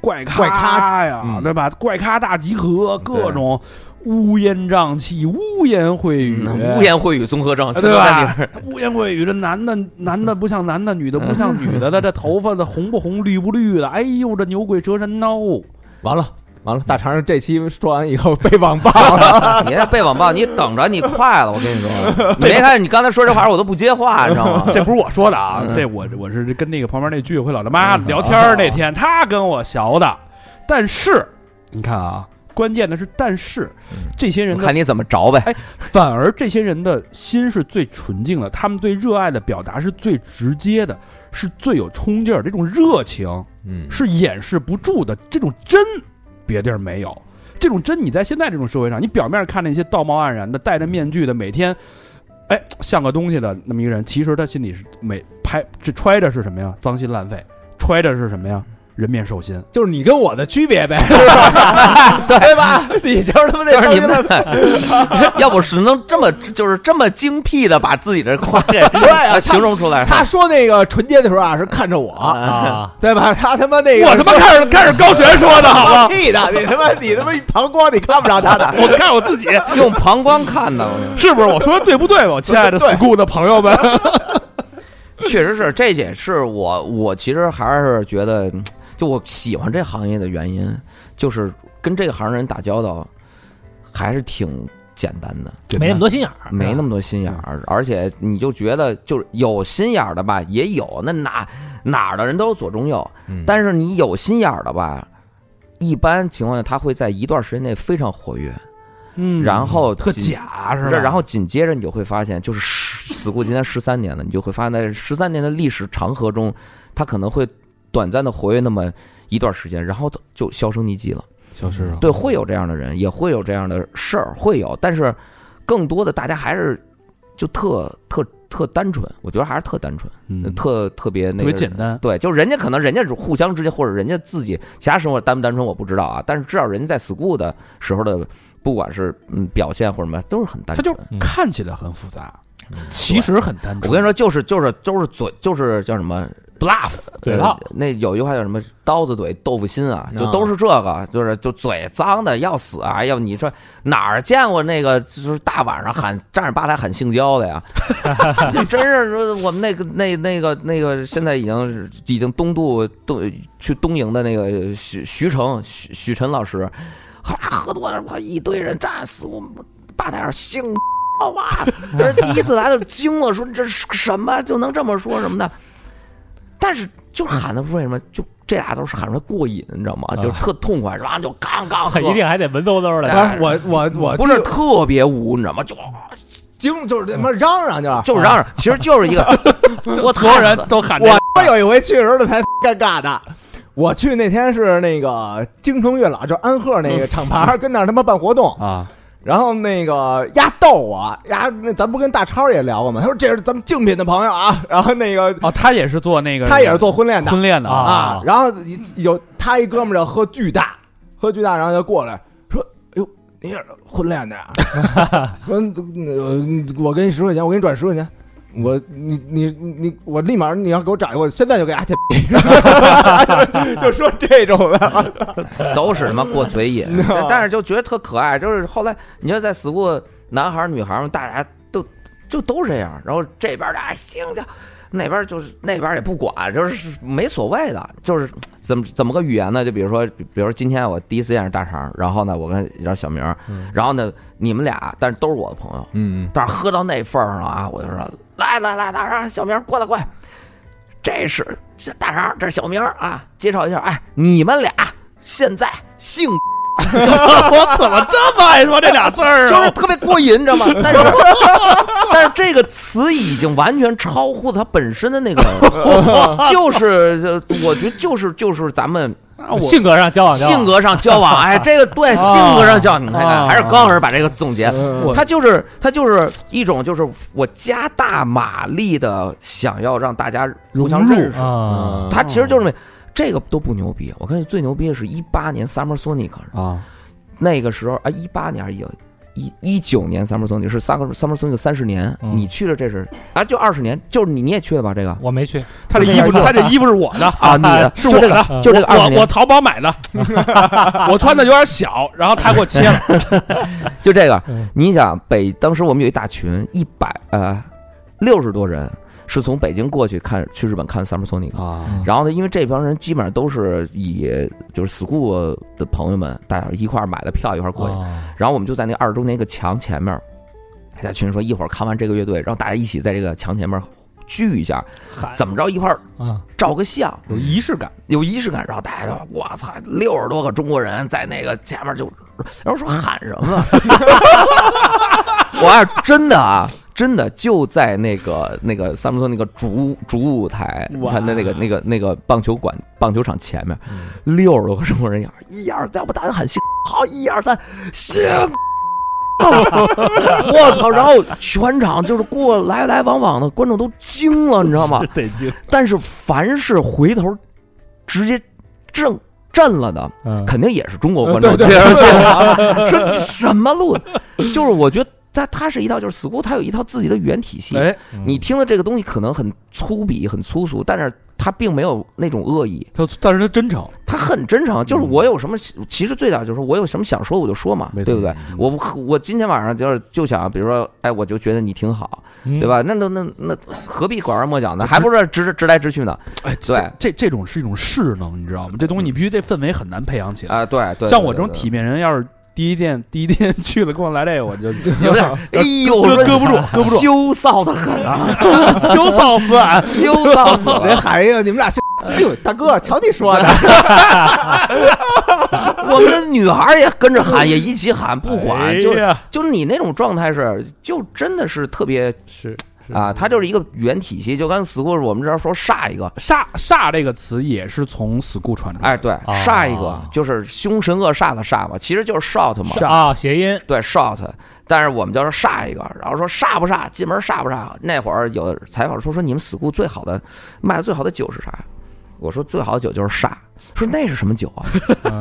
怪咖怪咖呀，嗯对吧？怪咖大集合，各种乌烟瘴气、乌烟秽语、嗯污言秽语综合症，哎啊对你吧？污言秽语，这男的男的不像男的，女的不像女的的，这头发的红不红，绿不绿的，哎呦，这牛鬼蛇神孬。完了完了，大肠这期说完以后被网暴了，你那被网暴，你等着，你快了，我跟你 说，你没看你刚才说这话，我都不接话，你知道吗？这不是我说的啊，嗯这我我是跟那个旁边那居委会老大妈聊天儿那天，她跟我学的。但是你看啊，关键的是，但是这些人我的看你怎么着呗。哎反而这些人的心是最纯净的，他们对热爱的表达是最直接的，是最有冲劲儿，这种热情嗯是掩饰不住的，这种真别地儿没有。这种真，你在现在这种社会上，你表面看那些道貌岸然的、戴着面具的，每天，哎，像个东西的那么一个人，其实他心里是每拍这揣着是什么呀？脏心烂肺，揣着是什么呀？人面兽心。就是你跟我的区别呗，是吧对吧？你就是他妈那就是你当年们 的，要不是能这么就是这么精辟的把自己这话给对啊，形容出来，他说那个纯洁的时候啊，是看着我，啊，对吧？他他妈那个，我他妈看着看着高璇哎说的好 吗？屁的，你他妈你他妈一膀胱你看不着他 的，我看我自己用膀胱看的，是不是我说的对不对吧，我亲爱的对 school 的朋友们？确实是，这也是我我其实还是觉得，嗯就我喜欢这行业的原因，就是跟这个行人打交道还是挺简单的。 没那么多心眼儿，没那么多心眼嗯儿，而且你就觉得就是有心眼儿的吧，也有那哪哪儿的人都有左中右，嗯但是你有心眼儿的吧，一般情况下他会在一段时间内非常活跃，嗯然后特紧假是吧？这然后紧接着你就会发现，就是十死过今年十三年了，你就会发现在十三年的历史长河中，他可能会短暂的活跃那么一段时间，然后就销声匿迹了。消失了。对，会有这样的人，也会有这样的事儿，会有，但是更多的大家还是就特特特单纯，我觉得还是特单纯，嗯特特别特那个别简。单。对，就是人家可能人家是互相之间，或者人家自己其他生活单不单纯我不知道啊，但是至少人家在 school 的时候的，不管是嗯表现或者什么，都是很单他纯就的。看起来很复杂，其实很单纯。我跟你说，就是就是就是嘴，就是叫什么 bluff 嘴炮呃，那有句话叫什么“刀子嘴豆腐心”啊，就啊都是这个，就是就嘴脏的要死啊！要你说哪儿见过那个就是大晚上喊站着吧台喊性交的呀？ 真是说我们那个那那个那个现在已经是已经东渡东去东营的那个许徐成许许晨老师，啊，喝多了，我一堆人站死我们吧台上性。哇！这第一次来就惊了，说这是什么就能这么说什么的，但是就喊的为什么就这俩都是喊出来过瘾，你知道吗？啊就是特痛快，然后就刚刚喝，一定还得文绉绉哎的。啊哎，我我我不是特别无，你知道吗？就惊，就是他妈嚷嚷去了。就嚷嚷，其实就是一个， 我啊所有人太狠了都喊这我他妈有一回去的时候，那才尴尬的。我去那天是那个京城月老，就是安赫那个厂牌，跟那儿他妈办活动，啊，然后那个丫逗我，丫那咱不跟大超也聊过吗？他说这是咱们竞品的朋友啊，然后那个哦，他也是做那个，他也是做婚恋的婚恋的啊啊，然后有他一哥们儿就喝巨大，喝巨大，然后就过来说：“哎呦，你也是婚恋的呀？”啊 说、嗯呃我给你十块钱，我给你转十块钱。”我你你你我立马你要给我找一个，我现在就给他 就说这种的， 都是他妈过嘴瘾 No，但是就觉得特可爱。就是后来你说在 school，男孩儿女孩儿们大家都就都这样，然后这边儿的哎行就。那边儿就是那边儿也不管，就是没所谓的，就是怎么怎么个语言呢？就比如说，比比如说今天我第一次认识大肠，然后呢，我跟然后小明儿，然后呢，你们俩，但是都是我的朋友，嗯，但是喝到那份儿上了啊，我就说来来来，大肠小明过来过来，这是这大肠，这是小明啊，介绍一下，哎，你们俩现在啊性我 怎么这么爱说这俩字儿啊啊 就是特别过瘾，你知道吗？ 但是但是这个词已经完全超乎它本身的那个， 就是我觉得就是就是咱们啊？我性格上交往交往性格上交 往，哎，这个哦对性格上交往，你看看还是高老师把这个总结我他就是他就是一种就是我加大马力的想要让大家互相认识，嗯啊他其实就是那这个都不牛逼。我看最牛逼的是一八年 Summer Sonic 啊，那个时候啊，一八年还是一一一九年 Summer Sonic 是 Summer Summer Sonic 三十年，嗯你去了这是啊就二十年，就是你你也去了吧这个我没去，他这衣服，他这衣服是我的啊你 的是就我这个的，就这个我20我年我淘宝买 的，我穿的有点小，然后他给我切了，就这个嗯，你想北当时我们有一大群一百呃六十多人是从北京过去看去日本看 Summer Sonic 啊然后呢，因为这帮人基本上都是以就是 school 的朋友们，大家一块儿买了票一块儿过去。啊然后我们就在那二十周年一个墙前面儿，大家群里说一会儿看完这个乐队，然后大家一起在这个墙前面儿聚一下，怎么着一块儿啊照个相，有仪式感，有仪式感。然后大家就我操，六十多个中国人在那个前面就，然后说喊什么？ 我要是真的啊，真的就在那个那个三木村那个主主舞台，哇他的那个那个那个棒球馆棒球场前面，六十多个中国人要一二，要不大家喊幸好一二三幸。 我操！然后全场就是过来来往往的观众都惊了，你知道吗？得劲，但是凡是回头直接正震了的，嗯肯定也是中国对观对众。对， 说什么路？就是我觉得它它是一套，就是 school 它有一套自己的语言体系。 哎，你听的这个东西可能很粗鄙、很粗俗，但是它并没有那种恶意，他但是他真诚，它很真诚。就是我有什么，其实最早就是我有什么想说我就说嘛，没错对不对？我我今天晚上就是就想，比如说，哎，我就觉得你挺好，对？吧？那那那那何必拐弯抹角呢？还不是直直来直去呢？哎，这对这这种是一种势能，你知道吗？这东西你必须这氛围很难培养起来。啊，对对对像我这对种对体面人，要是第一天第一天 去了，跟我来这个，我就 有点儿，哎呦，搁我说搁不住，搁不住，羞臊的很 啊，羞臊死俺！羞臊死 人了。喊一个你们俩是，哎呦大哥，瞧你说的，我们的女孩儿也跟着喊，也一起喊，不管，就哎呀就你那种状态是，就真的是特别是啊，它就是一个语言体系，就跟 school 我们这儿说煞一个。煞煞这个词也是从 school 传出来哎，的。对，煞一个就是凶神恶煞的煞嘛，其实就是 shot 嘛，啊谐音对 shot，但是我们叫做煞一个，然后说煞不煞，进门煞不煞？那会儿有采访说说你们 school 最好的卖的最好的酒是啥？我说最好的酒就是煞，说那是什么酒啊？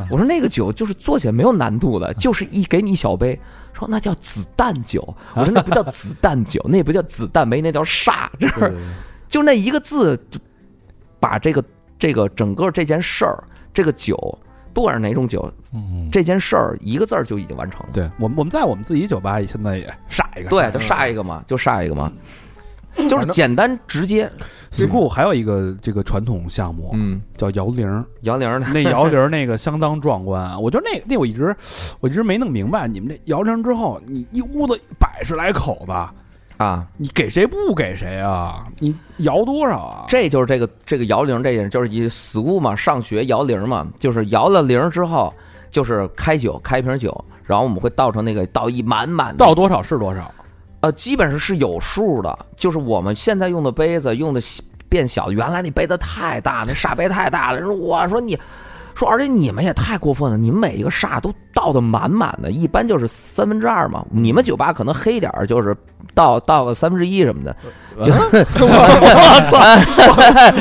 我说那个酒就是做起来没有难度的，就是一给你一小杯，说那叫子弹酒。我说那不叫哎子弹酒，那也不叫子弹梅，那叫煞，这对对就那一个字就把这个这个整个这件事儿，这个酒，不管是哪种酒，嗯，这件事儿一个字儿就已经完成了。对我们我们在我们自己酒吧里现在也煞一个，对，就煞一个嘛，就煞一个嘛，就是简单直接。斯库还有一个这个传统项目 嗯，叫摇铃 儿，摇铃呢？那摇铃儿那个相当壮观啊！我觉得那那我一直我一直没弄明白，你们这摇铃儿之后，你一屋子百十来口吧，啊，你给谁不给谁啊？你摇多少啊？这就是这个这个摇铃这件事，就是以 school 嘛，上学摇铃嘛，就是摇了铃之后，就是开酒，开一瓶酒，然后我们会倒成那个倒一满满的，到多少是多少，呃，基本上是有数的，就是我们现在用的杯子用的变小，原来那杯子太大，那煞杯太大了。说我说你，说而且你们也太过分了，你们每一个煞都倒的满满的，一般就是三分之二嘛。你们酒吧可能黑点儿，就是倒倒个三分之一什么的。哎就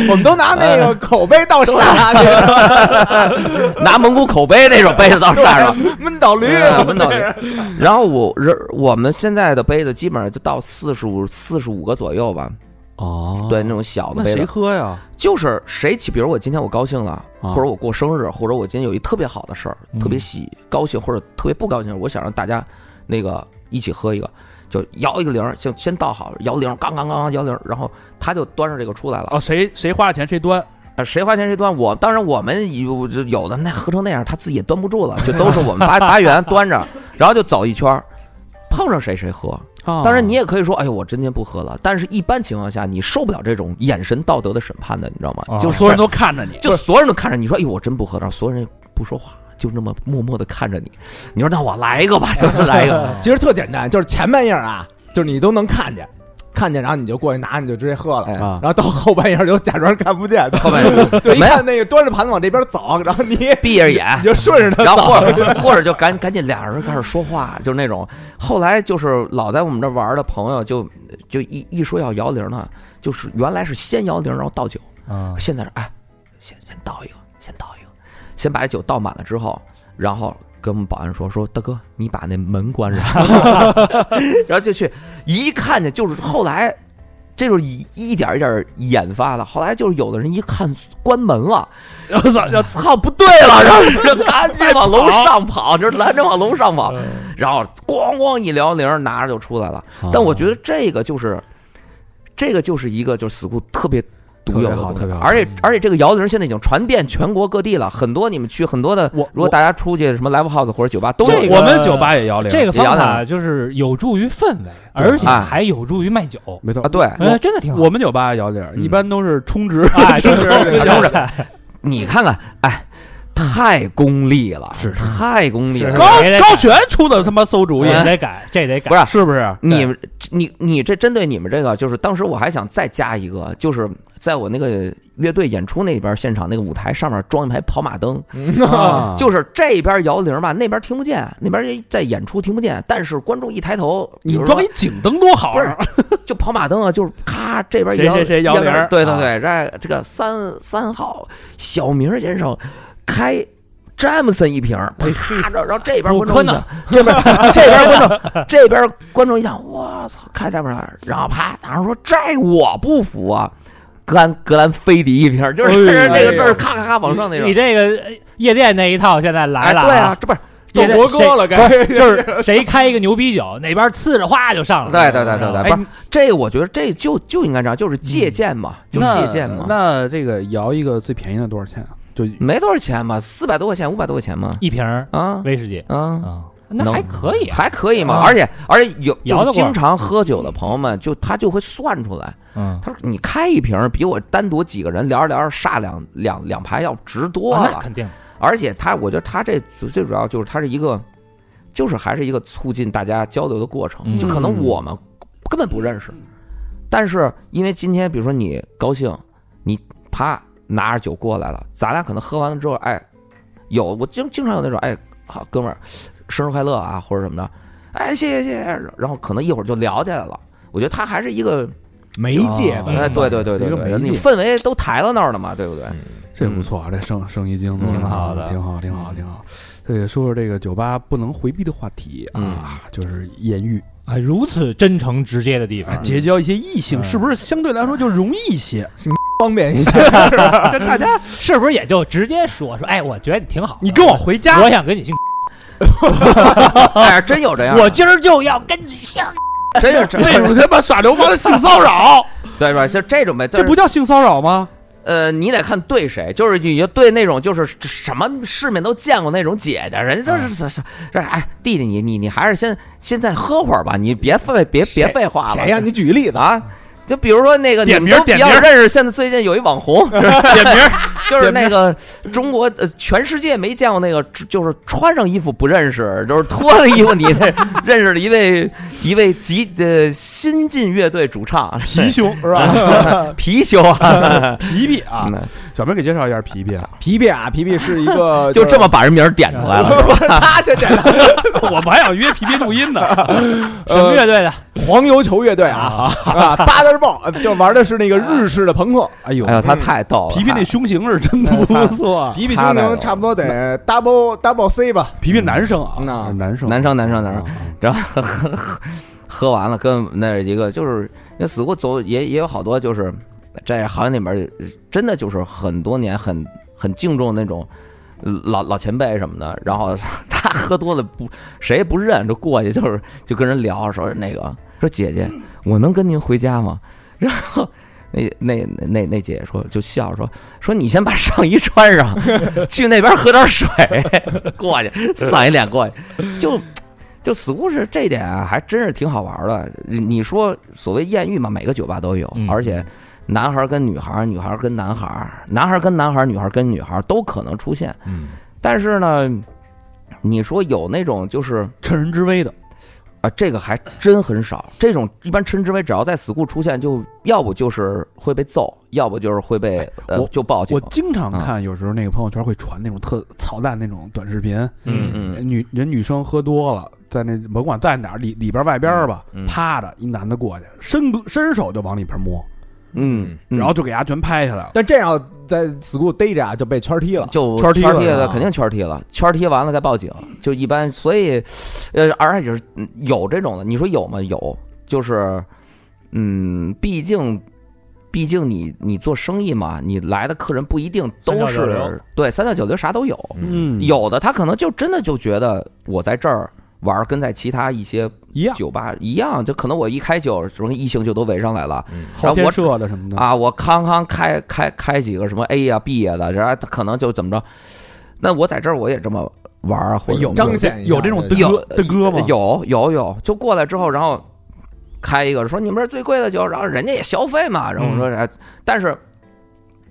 我们都拿那个口碑倒沙去了，拿蒙古口碑那种杯子倒煞上，闷倒驴，嗯闷倒驴然后我人我们现在的杯子基本上就到四十五四十五个左右吧，哦对，那种小的那杯谁子，喝呀？就是谁起，比如我今天我高兴了，啊或者我过生日，或者我今天有一特别好的事儿，特别喜高兴或者特别不高兴，我想让大家那个一起喝一个，就摇一个铃儿，就先倒好，摇铃儿，刚刚刚刚摇铃儿，然后他就端上这个出来了。哦，谁谁花钱谁端，啊，谁花钱谁端。我当然我们有就有的那喝成那样，他自己也端不住了，就都是我们八八元端着，然后就走一圈儿，碰上谁谁喝。当然你也可以说，哎呦，我今天不喝了。但是一般情况下，你受不了这种眼神道德的审判的，你知道啊吗？啊就就是所有人都看着你，就所有人都看着你说，哎呦，我真不喝，然后所有人也不说话。就那么默默的看着你，你说那我来一个吧，就来一个，其实特简单，就是前半夜啊，就是你都能看见，看见然后你就过去拿，你就直接喝了。哎啊然，后到后半夜就假装看不见， 后面就一没有看那个端着盘子往这边走，然后你也闭着眼， 你就顺着他然后走，或者或者就赶赶紧俩人开始说话，就是那种。后来就是老在我们这玩的朋友就，就一一说要摇铃呢，就是原来是先摇铃，然后倒酒，啊，现在是哎，先先倒一个，先倒一个，先把这酒倒满了之后，然后跟我们保安说说大哥，你把那门关 上，然后就去一看见就是后来。这就是一一点一点研发的，后来就是有的人一看关门了，我操，要操，不对了，然后就 赶紧往楼上跑，嗯就是拦着往楼上跑，然后咣咣一撩铃，拿着就出来了。啊但我觉得这个就是，这个就是一个就是 school 特别独有的特别好特东西别好而且而且这个摇铃现在已经传遍全国各地了，很多你们去很多的，我如果大家出去什么 live house 或者酒吧都这有个我们酒吧也摇铃，这个方也摇法呢就是有助于氛围，而且哎还有助于卖酒，没错啊，对。哎呃，真的挺好。我们酒吧摇铃，一般都是充值，啊，哎就是哎对当然你看看，哎，太功利了，是是太功利了。高没得高改璇出的他妈馊主意，也得改，这得改不。是 是不是？哎你们你你这针对你们这个，就是当时我还想再加一个，就是在我那个乐队演出那边现场那个舞台上面装一排跑马灯，啊嗯就是这边摇铃吧，那边听不见，那边在演出听不见，但是观众一抬头，你比如说装一警灯多好 不啊！是 就跑马灯啊，就是咔这边谁摇谁谁摇摇铃儿啊对对对，这这个三三号小明先生开。詹姆森一瓶 儿，啪，然后然后这边观众一想， 这边这边观众，这边观众一想，我操，开詹姆森，然后啪，当时说这我不服啊，格兰格兰菲迪一瓶儿，就哎是 这呦个字儿咔咔咔往上那种你，这个呃夜店那一套现在来哎，了，对啊，，这不是奏国歌了，该 谁 就是谁开一个牛逼酒，哪边呲着哗就上了。对对对对对，哎不是这个，我觉得这就就应该这样，就是嗯借鉴嘛，就是那借鉴嘛，嗯那这个摇一个最便宜的多少钱啊？就没多少钱嘛，四百多块钱，五百多块钱嘛，一瓶儿啊威士忌啊，啊，那还可以啊。还可以嘛，啊而且而且有摇就得是过经常喝酒的朋友们，就他就会算出来，嗯，他说你开一瓶比我单独几个人聊着聊着煞两两两排要值多啊那了，肯定。而且他我觉得他这最最主要就是他是一个，就是还是一个促进大家交流的过程，嗯就可能我们根本不认识，但是因为今天比如说你高兴，你啪拿着酒过来了，咱俩可能喝完了之后，哎，有我经经常有那种哎，好哥们儿，生日快乐啊或者什么的，哎谢谢谢谢，然后可能一会儿就聊起来了。 我觉得他还是一个，媒介吧嗯哎，对对对对一个对，嗯媒介你氛围都抬到那儿了嘛，对不对？这不错啊，这生生意经挺好的挺好，挺好，挺好。对，说说这个酒吧不能回避的话题啊，嗯就是艳遇，啊，如此真诚直接的地哎嗯啊方，结交一些异性嗯是不是相对来说就容易一些？方便一下。 这大家是不是也就直接说说？哎，我觉得你挺好的，你跟我回家，我想跟你姓，哎，真有这样的，我今儿就要跟你姓。真有这那种他妈耍流氓的性骚扰，对吧？就这种 呗，这但是不叫性骚扰吗？呃，你得看对谁，就是你就对那种就是什么世面都见过那种姐姐，人家就是是这哎弟弟你你你还是先先再喝会儿吧，你别废别别谁废话了。谁呀？你举个例子，啊？就比如说那个，你点们名都比点较名认识，现在最近有一网 红， 点名儿，就是那个中国呃，全世界没见过那个，就是穿上衣服不认识，就是脱了衣服你认识了一位一位极呃新晋乐队主唱 皮熊是吧？貔貅 啊，皮皮啊，嗯小明给介绍一下皮皮啊，皮皮啊，皮皮是一个 就这么啊把人名儿点出来了，是 吧 他先点的， 我们还想约皮皮录音呢。什么呃乐队的？黄油球乐队啊啊，八德豹就玩的是那个日式的朋克。哎呦哎，呦，他太逗嗯了，皮皮那胸型是 真不错，皮皮兄他那个嗯弟差不多得 double double C 吧？皮皮男生啊，那男生男生嗯男生男生，啊然后喝 喝喝完了，跟那一个就是那死过走也也有好多就是在行业里面真的就是很多年很很敬重那种。老老前辈什么的，然后 他喝多了不谁也不认，就过去就是就跟人聊说那个说姐姐，我能跟您回家吗？ 然后那那那那那姐姐说就笑说说你先把上衣穿上， 去那边喝点水，过 去丧一脸过去，就就死故事这点啊，还真是挺好玩的。你说所谓艳遇嘛，每个酒吧都有，嗯而且男孩跟女孩，女孩跟男孩，男孩跟男孩，女孩跟女孩都可能出现。嗯，但是呢，你说有那种就是趁人之危的，啊，这个还真很少。这种一般称之为只要在 school 出现，就要不就是会被揍，要不就是会被呃我就报警我。经嗯常看，有时候那个朋友圈会传那种特操蛋那种短视频，嗯嗯女人女生喝多了，在那甭管在哪儿里里边外边儿吧嗯嗯，趴着一男的过去，伸伸手就往里边摸，嗯，嗯然后就给他全拍下来了。但这样在 school 逮着啊，就被圈踢了。就圈踢圈了踢是了，吧肯定圈踢了，圈踢完了再报警，就一般。所以，呃，而且就是嗯有这种的，你说有吗？有，就是，嗯，毕竟，毕竟你你做生意嘛，你来的客人不一定都三教九流是对三教九流啥都有，嗯有的他可能就真的就觉得我在这儿玩儿跟在其他一些一样，酒吧一样，就可能我一开酒，什么异性就都围上来了，然后后我天射的什么的，啊，我康康开开开几个什么 A 呀、B 呀的，然后他可能就怎么着，那我在这儿我也这么玩儿啊，或者哎有彰显一下有这种的有哥的哥吗？有有有，就过来之后，然后开一个说你们这儿最贵的酒，然后人家也消费嘛，然后我嗯说哎，但是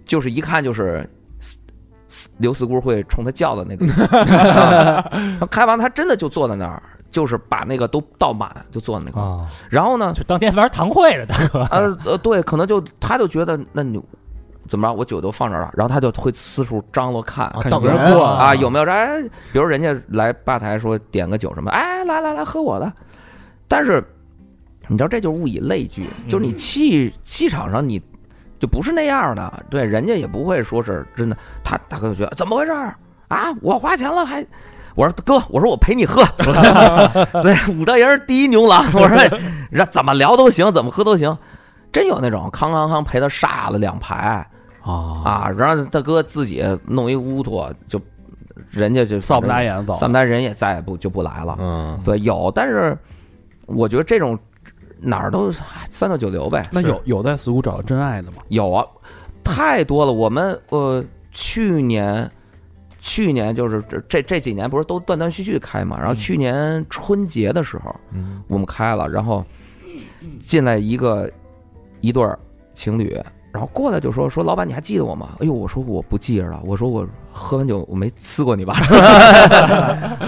就是一看就是。刘四姑会冲他叫的那 种，啊开完他真的就坐在那儿，就是把那个都倒满，就坐在那块儿。啊，然后呢，就当天玩堂会的大哥，呃呃，对，可能就他就觉得那你怎么着，我酒都放这儿了，然后他就会四处张罗看啊看等有人过啊有没有哎，比如人家来吧台说点个酒什么，哎来来来喝我的，但是你知道这就是物以类聚，就是你气气场上你就不是那样的，对，人家也不会说是真的，他大哥就觉得怎么回事儿啊，我花钱了还。我说哥，我说我陪你喝，所以武大爷是第一牛郎。我说， 让怎么聊都行，怎么喝都行，真有那种康康康陪他煞了两排啊啊，然后大哥自己弄一乌托，就人家就扫不打，眼走扫不打人也再也不就不来了。嗯，对，有，但是我觉得这种哪儿都哎三教九流呗，那有有在死谷找到真爱的吗？有啊，太多了。我们呃，去年，去年就是这这这几年不是都断断续续开嘛？然后去年春节的时候，嗯我们开了，然后进来一个一对儿情侣，然后过来就说说老板你还记得我吗？哎呦，我说我不记着了，我说我喝完酒我没呲过你吧？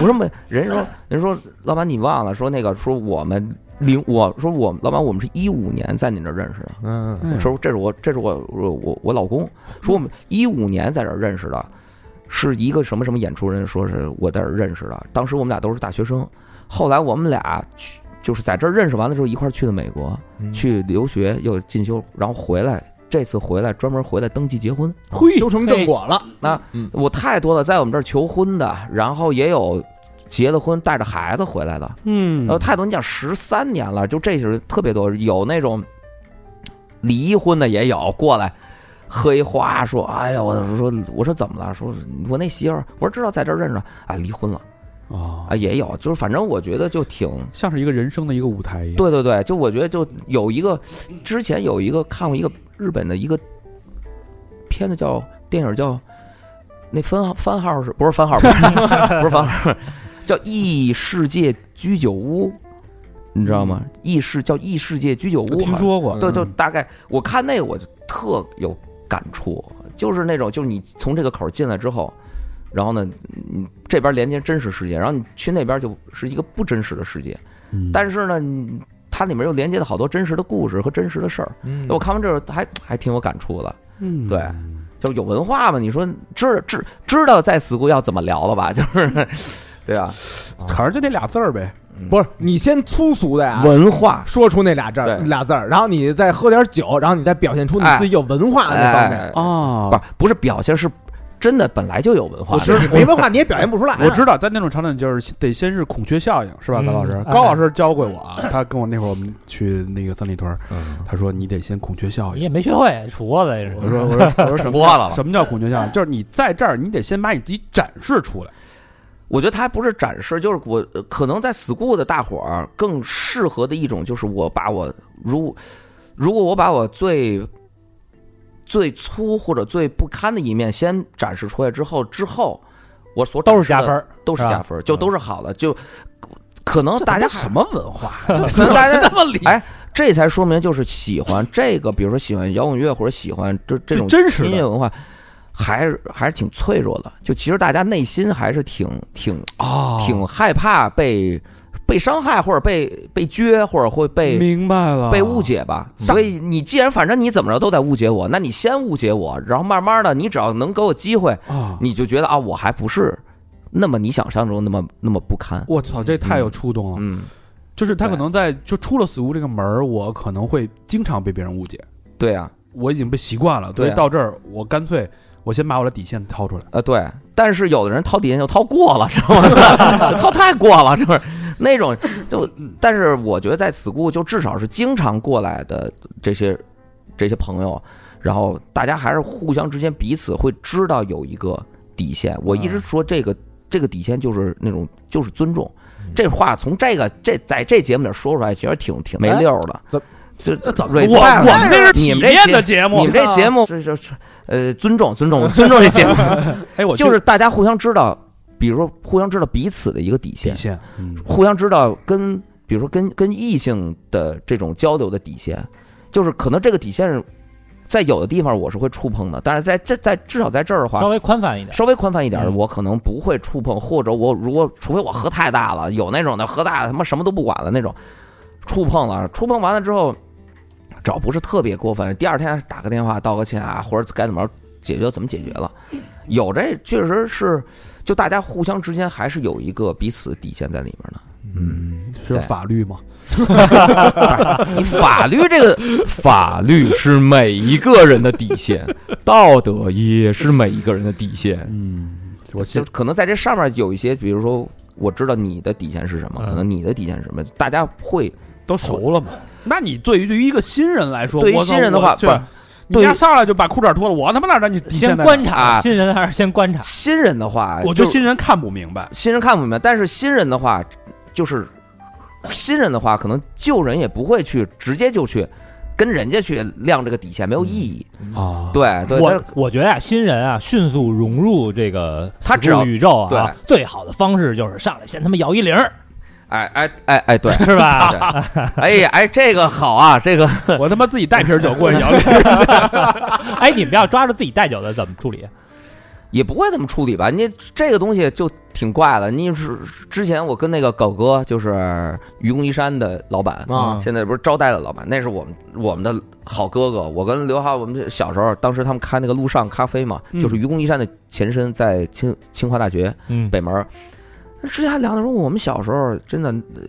我说没，人说人说老板你忘了，说那个说我们零我说我老板我们是一五年在您这儿认识的。嗯，嗯 说这是我这是我我我我老公，说我们一五年在这儿认识的，是一个什么什么演出人，说是我在这儿认识的，当时我们俩都是大学生，后来我们俩去就是在这儿认识完了之后一块儿去的美国，嗯去留学又进修，然后回来。这次回来专门回来登记结婚， 修成正果了。我太多了，在我们这儿求婚的，然后也有结了婚带着孩子回来的，嗯呃，太多，你讲十三年了，就这些人特别多，有那种离婚的也有过来，喝一花，说：“哎呀，我说我说怎么了？说我那媳妇儿，我说知道在这儿认识啊，离婚了哦，啊，也有，就是反正我觉得就挺像是一个人生的一个舞台一样。对对对，就我觉得就有一个，之前有一个看过一个日本的一个片子叫电影叫那番号番号是不是番号不是不是 番号叫异世界居酒屋，你知道吗？异世叫异世界居酒屋，嗯听说过，对，就嗯大概我看那个我就特有感触，就是那种就是你从这个口儿进来之后，然后呢，你这边连接真实世界，然后你去那边就是一个不真实的世界，嗯但是呢，你它里面又连接了好多真实的故事和真实的事儿。嗯我看完这个还还挺有感触的，是对就是有文化嘛。你说知知知道在死谷要怎么聊了吧？ 就是，对啊，反正就那俩字儿呗。不是你先粗俗的呀，文化。说出那俩字儿对俩字儿，然后你再喝点酒，然后你再表现出你自己有文化的那方面。哎，啊不是不是表现，是真的本来就有文化我的。知道你没文化，你也表现不出来啊。哎我知道，在那种场景就是得先是孔雀效应，是吧，嗯高老师？哎高老师教过我啊，他跟我那会儿我们去那个三里屯，嗯，他说你得先孔雀效哦你应。也没学会杵窝子也我是。说我说我说什么播了吧叫什么叫孔雀效应？就是你在这儿，你得先把你自己展示出来。我觉得它不是展示，就是我呃可能在 school 的大伙儿更适合的一种，就是我把我如如果我把我最最粗或者最不堪的一面先展示出来之后，之后我所都展是示的加分，儿，都是是吧加分儿，就都是好的，就可能大家什么文化？ 可能大家 这么理哎，这才说明就是喜欢这个，比如说喜欢摇滚乐或者喜欢这这种就真实的音乐文化，还是还是挺脆弱的。就其实大家内心还是挺挺啊挺害怕被被伤害或者被被撅或者会被明白了，被误。解吧。所以你既然反正你怎么着都在误解我，那你先误解我，然后慢慢的你只要能给我机会，啊！你就觉得啊我还不是那么你想象中那么那么不堪。我操，这太有触动了。嗯，就是他可能在就出了 school 这个门儿，我可能会经常被别人误解，对啊，我已经被习惯了，所以对啊到这儿我干脆我先把我的底线掏出来。呃对，但是有的人掏底线就掏过了，知道吗？ 掏太过了，是不是？那种就，但是我觉得在 school 就至少是经常过来的这些这些朋友，然后大家还是互相之间彼此会知道有一个底线。我嗯一直说这个这个底线就是那种就是尊重，嗯这话从这个这在这节目里说出来，其实挺挺没哎溜儿的。怎这这怎我我们这是你体们这面节的节目，啊你们这节目这这这呃尊重尊重尊重这节目。哎，我就是大家互相知道，比如说互相知道彼此的一个底线底，线，嗯，互相知道跟比如说跟跟异性的这种交流的底线，就是可能这个底线在有的地方我是会触碰的，但是在这在至少在这儿的稍话。微宽泛一点。稍微宽泛一点儿，嗯我可能不会触碰，或者我如果除非我喝太大了，有那种的喝大了他妈什么都不管了那种，触碰了，触碰完了之后，只要不是特别过分，第二天打个电话道个歉啊，或者该怎么解决怎么解决了，有这确实是，就大家互相之间还是有一个彼此底线在里面的。嗯，是对法律吗？你法律这个，法律是每一个人的底 线，道德也是每一个人的底线。嗯，我就先可能在这上面有一些，比如说，我知道你的底线是什么，嗯可能你的底线是什么，大家会都熟了嘛。那你对于对于一个新人来说，对于我操新人的话我去不是你对家于上来就把裤衩脱了，我他妈哪知道你底线先在哪？观察啊新人，还是先观察？新人的话，我觉得就新人看不明 白，新人看不明白，但是新人的话，就是新人的话，可能救人也不会去直接就去跟人家去亮这个底线，没有意义。啊，对对，但我是我觉得啊，新人啊，迅速融入这个他只要 school 宇宙啊，最好的方式就是上来先他妈摇一铃儿，，哎哎哎哎，对 是吧？对哎呀哎，这个好啊，这个我他妈自己带瓶酒过去摇 铃，哎，你们要抓住自己带酒的怎么处理？也不会这么处理吧？你这个东西就挺怪了。你是之前我跟那个狗哥，就是愚公移山的老板啊现在不是招待的老板，那是我们我们的好哥哥。我跟刘浩，我们小时候，当时他们开那个路上咖啡嘛，嗯就是愚公移山的前身，在清清华大学嗯，北门儿。之前还聊的时候，我们小时候真的呃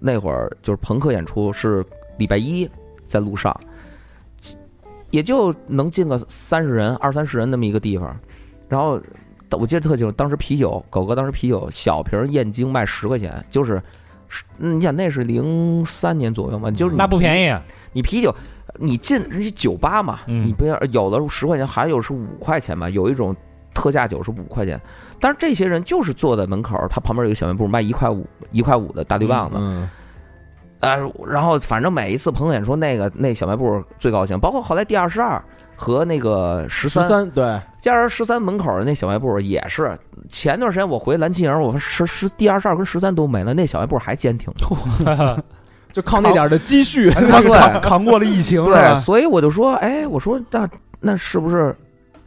那会儿就是朋克演出是礼拜一在路上，也就能进个三十人、二三十人那么一个地方。然后我记得特清楚，当时啤酒，狗哥当时啤酒小瓶儿燕京卖十块钱，就是。是嗯你想那是零三年左右嘛，就是你 那不便宜啊，你啤酒，你进人家酒吧嘛，嗯你不要有的是十块钱，还有是五块钱吧，有一种特价酒是五块钱，但是这些人就是坐在门口，他旁边有一个小卖部卖一块五一块五的大绿棒子，嗯，啊，然后反正每一次彭远说那个那小卖部最高兴，包括后来第二十二和那个十十三，三对，加上十三门口的那小卖部也是。前段时间我回蓝旗营，我说十十第二十二跟十三都没了，那小卖部还坚挺。啊就靠那点儿的积蓄，对扛扛过了疫情，是对，吧所以我就说，哎，我说那那是不是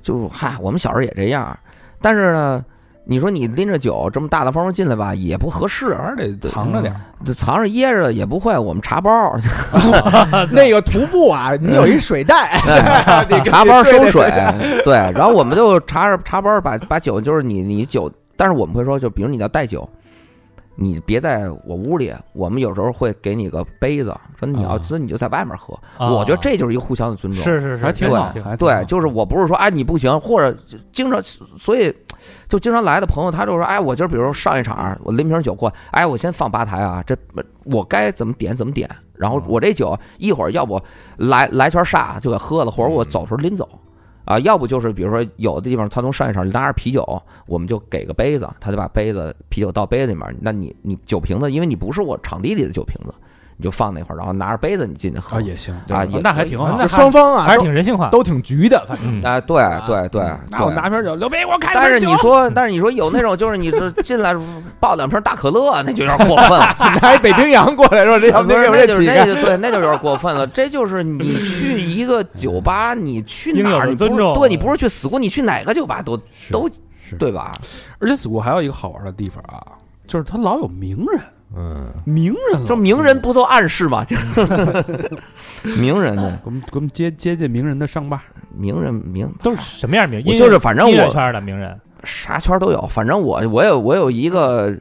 就嗨，我们小时候也这样，但是呢。你说你拎着酒这么大大方方进来吧，也不合适，反正得藏着点儿。藏着掖着也不会。我们茶包， 那个徒步 啊，你有一水袋，你跟茶包对收对水，对，然后我们就茶茶包把把酒，就是你你酒，但是我们会说，就比如你要带酒，你别在我屋里，我们有时候会给你个杯子，说你要啊滋你就在外面喝，啊我觉得这就是一个互相的尊重，是是是，还挺好，对还挺好对，就是我不是说哎你不行，或者就经常，所以就经常来的朋友，他就说哎，我今儿比如说上一场，我拎瓶酒过来，哎，我先放吧台啊，这我该怎么点怎么点，嗯然后我这酒一会儿要不来来圈煞就给喝了，或者我嗯走的时候拎走。啊，要不就是比如说有的地方他从上一场拿着啤酒，我们就给个杯子，他就把杯子啤酒倒杯子里面，那你你酒瓶子，因为你不是我场地里的酒瓶子，你就放那块儿，然后拿着杯子你进去喝啊也行啊，也那还可以挺啊好。就双方啊，还是都挺人性化。都挺局的，反嗯正 啊，对对对，那我对拿瓶酒，刘飞，我开但是瓶你酒。说，但是你说有那种就是你这进来抱两瓶大可乐，那就有点过分了。拿一北冰洋过来说这要不是，要那这就是乞那丐，就对，那就有点过分了。这就是你去一个酒吧，你去应哪有儿，的你不是尊重对你不是去死过，你去哪个酒吧都都是对吧？而且死谷还有一个好玩的地方啊，就是他老有名人，嗯，名人老说名人不做暗示嘛，就是 名人呢，给我们给我们接接近名人的伤疤，名人名都是什么样的名人？我音乐就是反正音乐我圈的名人，啥圈儿都有，反正我我有我有一个。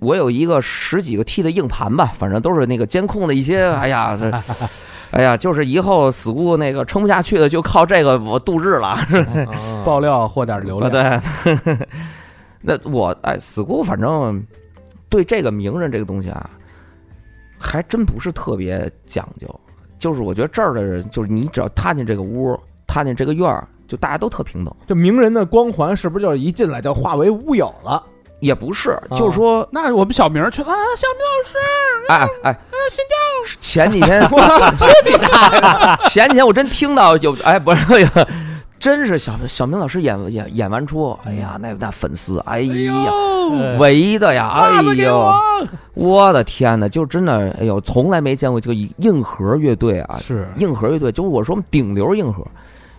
我有一个十几个 T 的硬盘吧，反正都是那个监控的一些，哎呀，这，哎呀，就是以后 school 那个撑不下去的，就靠这个我度日了。爆料或点流啊，量。嗯对， 那我哎，school 反正对这个名人这个东西啊，还真不是特别讲究。就是我觉得这儿的人，就是你只要踏进这个屋，踏进这个院儿，就大家都特平等。这名人的光环是不是就是一进来就化为乌有了？也不是，啊就是说，那我们小明儿去啊，小明老师，哎哎，前几 天接你大爷！前几天我真听到有哎，不是，真是小小明老师演演演完出，哎呀，那那粉丝，哎呀，呃围的呀，哎袜子给呦我，我的天呐，就真的，哎呦，从来没见过这个硬核乐队啊，是硬核乐队，就是我说顶流硬核。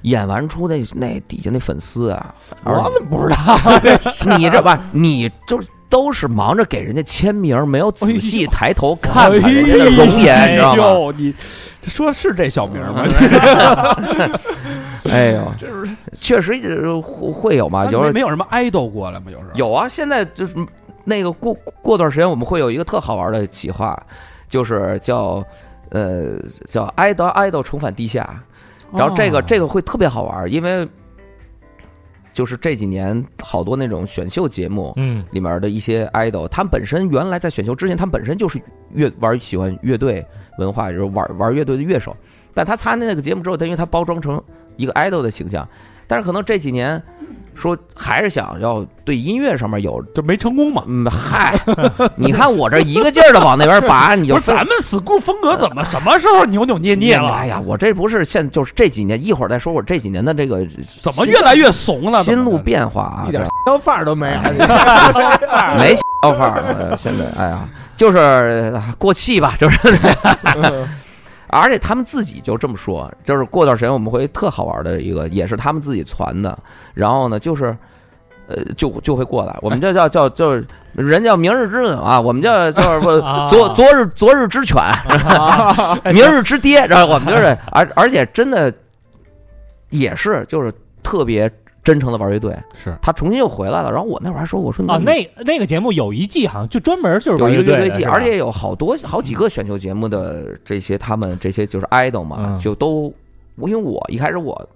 演完出那那底下那粉丝啊，我怎么不知道？ 你这吧，你就是都是忙着给人家签名，没有仔细抬头看看人家的容颜，你知道哎吗？呦，你说是这小明儿吗？ 哎呦，这是确实呃会会有嘛，有时没候没有什么 idol 过来吗？有时候有啊。现在就是那个过过段时间，我们会有一个特好玩的企划，就是叫呃叫 idol idol 重返地下，然后这哦个、这个会特别好玩，因为就是这几年好多那种选秀节目。 嗯 里面的一些 idol，他们本身原来在选秀之前，他们本身就是乐玩喜欢乐队文化，就是玩玩乐队的乐手。但他参加那个节目之后，他因为他包装成一个 idol 的形象，但是可能这几年说还是想要对音乐上面有，就没成功嘛。嗯， 嗨，你看我这一个劲儿的往那边拔，你就不是咱们 school 风格怎么什么时候扭扭捏捏了？哎呀，我这不是现就是这几年，一会儿再说我这几年的这个怎么越来越怂了？心怎路么的变化啊，一点香范儿都没有。啊没想法儿了，现在哎呀， 就是呃过气吧， 就是。啊而且他们自己就这么说，就是过段时间我们会特好玩的一个，也是他们自己传的。然后呢，就是，呃，就就会过来，我们这叫叫就是人叫明日之子啊，我们叫就是不啊昨昨日昨日之犬， 明日之爹，然后我们就是，而而且真的也是就是特别真诚的玩乐队，是他重新又回来了。然后我那会儿还说，我说你啊，怎么那那个节目有一季好像就专门就是有玩一个乐乐队队的季，是吧而且有好多好几个选秀节目的这些他们这些就是 idol 嘛，嗯就都我因为我一开始我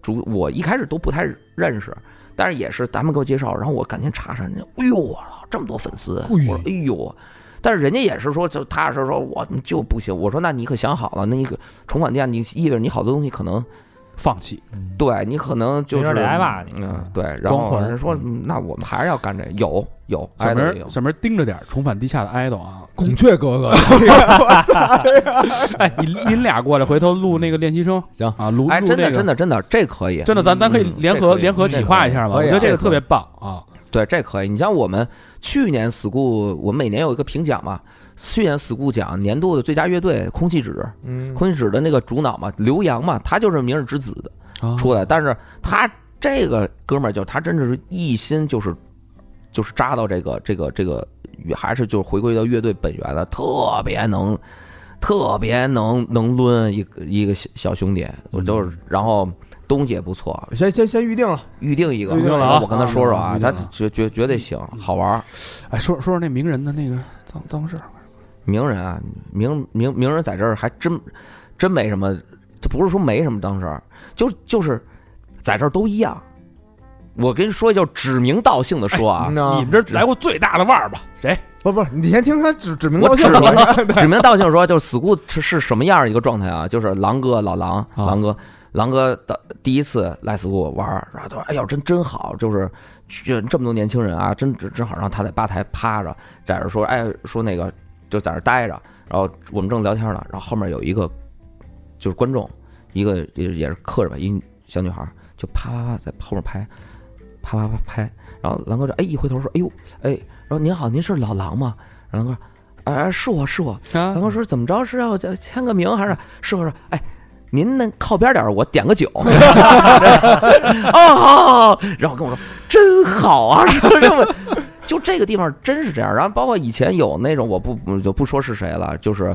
主我一开始都不太认识，但是也是他们给我介绍，然后我赶紧查查，哎呦我操，这么多粉丝，哎呦我说哎呦。但是人家也是说，就踏实说，我就不行。我说，那你可想好了，那你可重返地下，你意味着你好多东西可能，放弃，对你可能就没是准得挨骂你嗯，对。然后光环人说，嗯那我们还是要干这，有有，小挨明着儿也有。小明儿盯着点儿重返地下的 idol 啊！孔雀哥哥，哎，你您俩过来，回头录那个练习 生，行啊，录哎，录真那的，个真的，真的，这可以，真的，咱咱可以嗯联这合可以联合这企可划以一下吧，可我以觉得啊这个这特别棒啊！对，这可以。你像我们去年 school，我们每年有一个评奖嘛，去年 school 奖年度的最佳乐队，空气纸，嗯，空气纸的那个主脑嘛，刘洋嘛，他就是明日之子的出来，但是他这个哥们儿就他真是一心就是就是扎到这个这个这个，还是就是回归到乐队本源了，特别能。特别能能抡一个一个小小兄弟，我就是，然后东西也不错，先先先预定了，预定一个，预定了然啊后我跟他说说啊预，定他了绝绝绝对行，好玩儿。哎，说说说那名人的那个脏脏事儿，名人啊，名名名人在这儿还真真没什么，这不是说没什么当事儿，就就是在这儿都一样。我跟你说，就指名道姓的说啊，那你们这儿来过最大的腕儿吧？谁？嗯不不，你先听他指指名我道姓指名 吧，指名道姓说，就是死固是是什么样一个状态啊？就是狼哥，老狼，啊狼哥，狼哥的第一次来死固玩儿，然后他说：“哎呦，真真好，就是这这么多年轻人啊，真真真好。”然后他在吧台趴着，在这说：“哎，说那个就在这待着。”然后我们正聊天呢，然后后面有一个就是观众，一个也也是客人吧，一小女孩就啪啪啪在后面拍，啪啪啪拍。然后狼哥说：“哎，一回头说，哎呦，哎，然后您好，您是老狼吗？”然后狼哥说：“哎，是我是我。”啊然后说怎么着是要叫签个名还是师傅说哎。您那靠边点儿，我点个酒。哦，好好好，然后跟我说真好啊， 说这么，就这个地方真是这样。然后包括以前有那种我不不就不说是谁了，就是，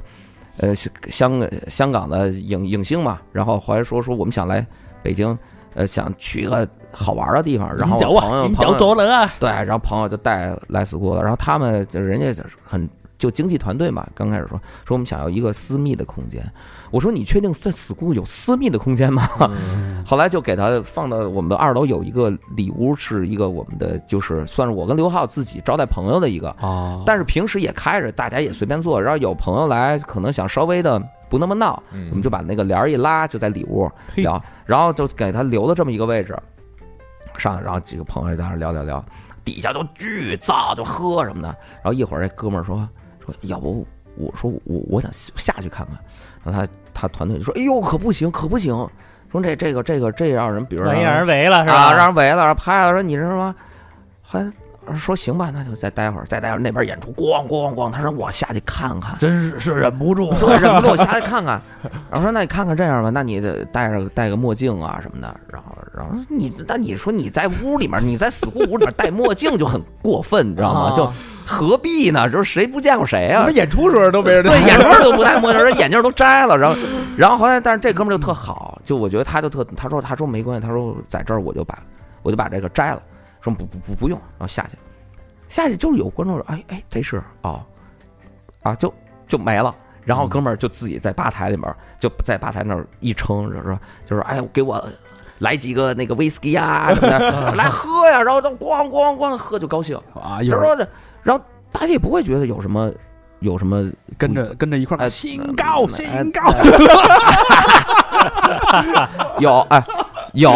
呃，香香港的影影星嘛，然后后来说说我们想来北京，呃，想去个好玩的地方，然后你屌朋啊，友你朋屌友多了啊！对，然后朋友就带来死过了，然后他们就人家就是很就经济团队嘛，刚开始说说我们想要一个私密的空间，我说你确定在 school 有私密的空间吗？ 后来就给他放到我们的二楼有一个里屋，是一个我们的就是算是我跟刘浩自己招待朋友的一个，啊但是平时也开着，大家也随便坐，然后有朋友来可能想稍微的不那么闹，我们就把那个帘儿一拉，就在里屋嘿聊，然后就给他留了这么一个位置，上来，然后几个朋友在那儿聊聊聊，底下就巨燥，就喝什么的。然后一会儿这哥们儿说说，要不我说我我想下去看看，然后他他团队就说，哎呦可不行可不行，说这这个这个这让人，比如说万一让人围了是吧？啊，让人围了，拍了，说你是什么？还说行吧，那就再待会儿，再待会儿那边演出，咣咣咣，他说我下去看看，真是是忍不 住， 对，忍不住我下来看看。然后说那你看看这样吧，那你得戴着戴个墨镜啊什么的。然后然后你那你说你在屋里面，你在死屋里面戴墨镜就很过分，你知道吗？就何必呢？就是谁不见过谁我啊们？演出时候都没人 对，眼镜儿都不戴墨镜儿，人眼镜儿都摘了，然后，然后后来，但是这哥们儿就特好，就我觉得他就特，他说他说没关系，他说在这儿我就把我就把这个摘了，说不不不不用，然后下去，下去就是有观众说，哎哎，这是哦，啊就就没了。然后哥们儿就自己在吧台里面，就在吧台那儿一撑，就说就说，哎，给我来几个那个威士忌呀什么的， 来喝呀，然后就咣咣咣喝就高兴。啊，一他会儿说这，然后大家也不会觉得有什么有什么跟着跟着一块儿哎新高嗯新哎高， 有哎，有，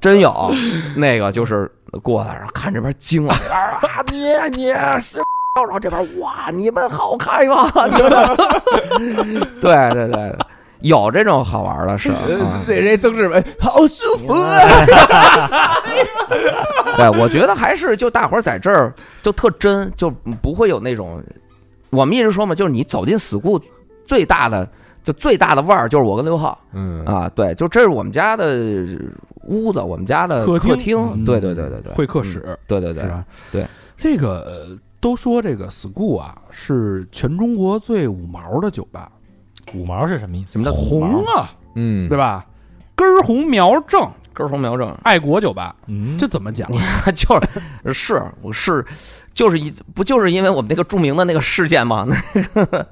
真有，那个就是过来，然后看这边惊了，啊，你你是，然后这边哇，你们好开吗？ 你们，对对对，有这种好玩的事儿啊。 对，人家曾志伟好舒呃服啊！ 对，我觉得还是就大伙儿在这儿就特真，就不会有那种，我们一直说嘛，就是你走进死库最大的就最大的腕儿就是我跟刘浩，嗯啊，对，就这是我们家的屋子，我们家的客厅客厅，嗯对对对对对，会客室对对是对，吧？对，这个呃都说这个 school 啊是全中国最五毛的酒吧，五毛是什么意思？什么叫红啊，嗯对吧？根儿红苗正，根红苗正？ 爱国酒吧，嗯，这怎么讲？啊就是是我是就是一不就是因为我们那个著名的那个事件吗？ 那个，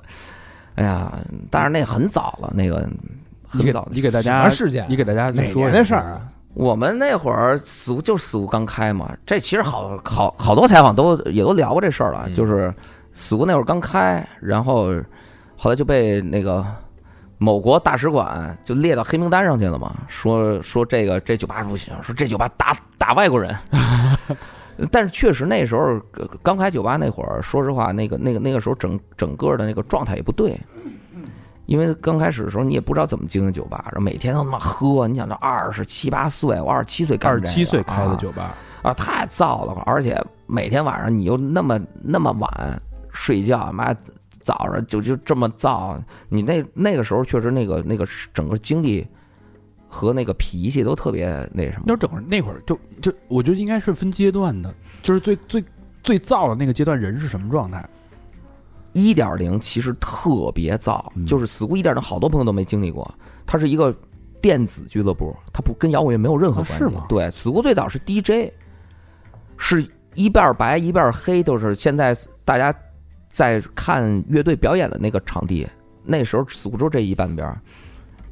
哎呀，但是那很早了，那个你嗯很给早了。你给大什么家，事件？啊你给大家哪说年一下的事儿啊？我们那会儿死无就是死无刚开嘛，这其实好好好多采访都也都聊过这事儿了，嗯就是 school 那会儿刚开，然后后来就被那个某国大使馆就列到黑名单上去了嘛，说说这个这酒吧不行，说这酒吧打打外国人。 但是确实那时候呃刚开酒吧那会儿，说实话，那个那个那个时候整整个的那个状态也不对，因为刚开始的时候你也不知道怎么经营酒吧，然后每天他妈喝，你想这二十七八岁，我二十七岁干二这十个七岁开的啊酒吧，啊，太燥了，而且每天晚上你又那么那么晚睡觉，妈早上就就这么燥，你那那个时候确实那个那个整个精力和那个脾气都特别那什么那会儿整个那会儿就就我觉得应该是分阶段的，就是最最最燥的那个阶段，人是什么状态？一点零其实特别燥，嗯就是 school 一点零，好多朋友都没经历过。它是一个电子俱乐部，它不跟摇滚乐没有任何啊关系。是吗对，school 最早是 DJ，是一半白一半黑，就是现在大家在看乐队表演的那个场地，那时候 school 就这一半边儿。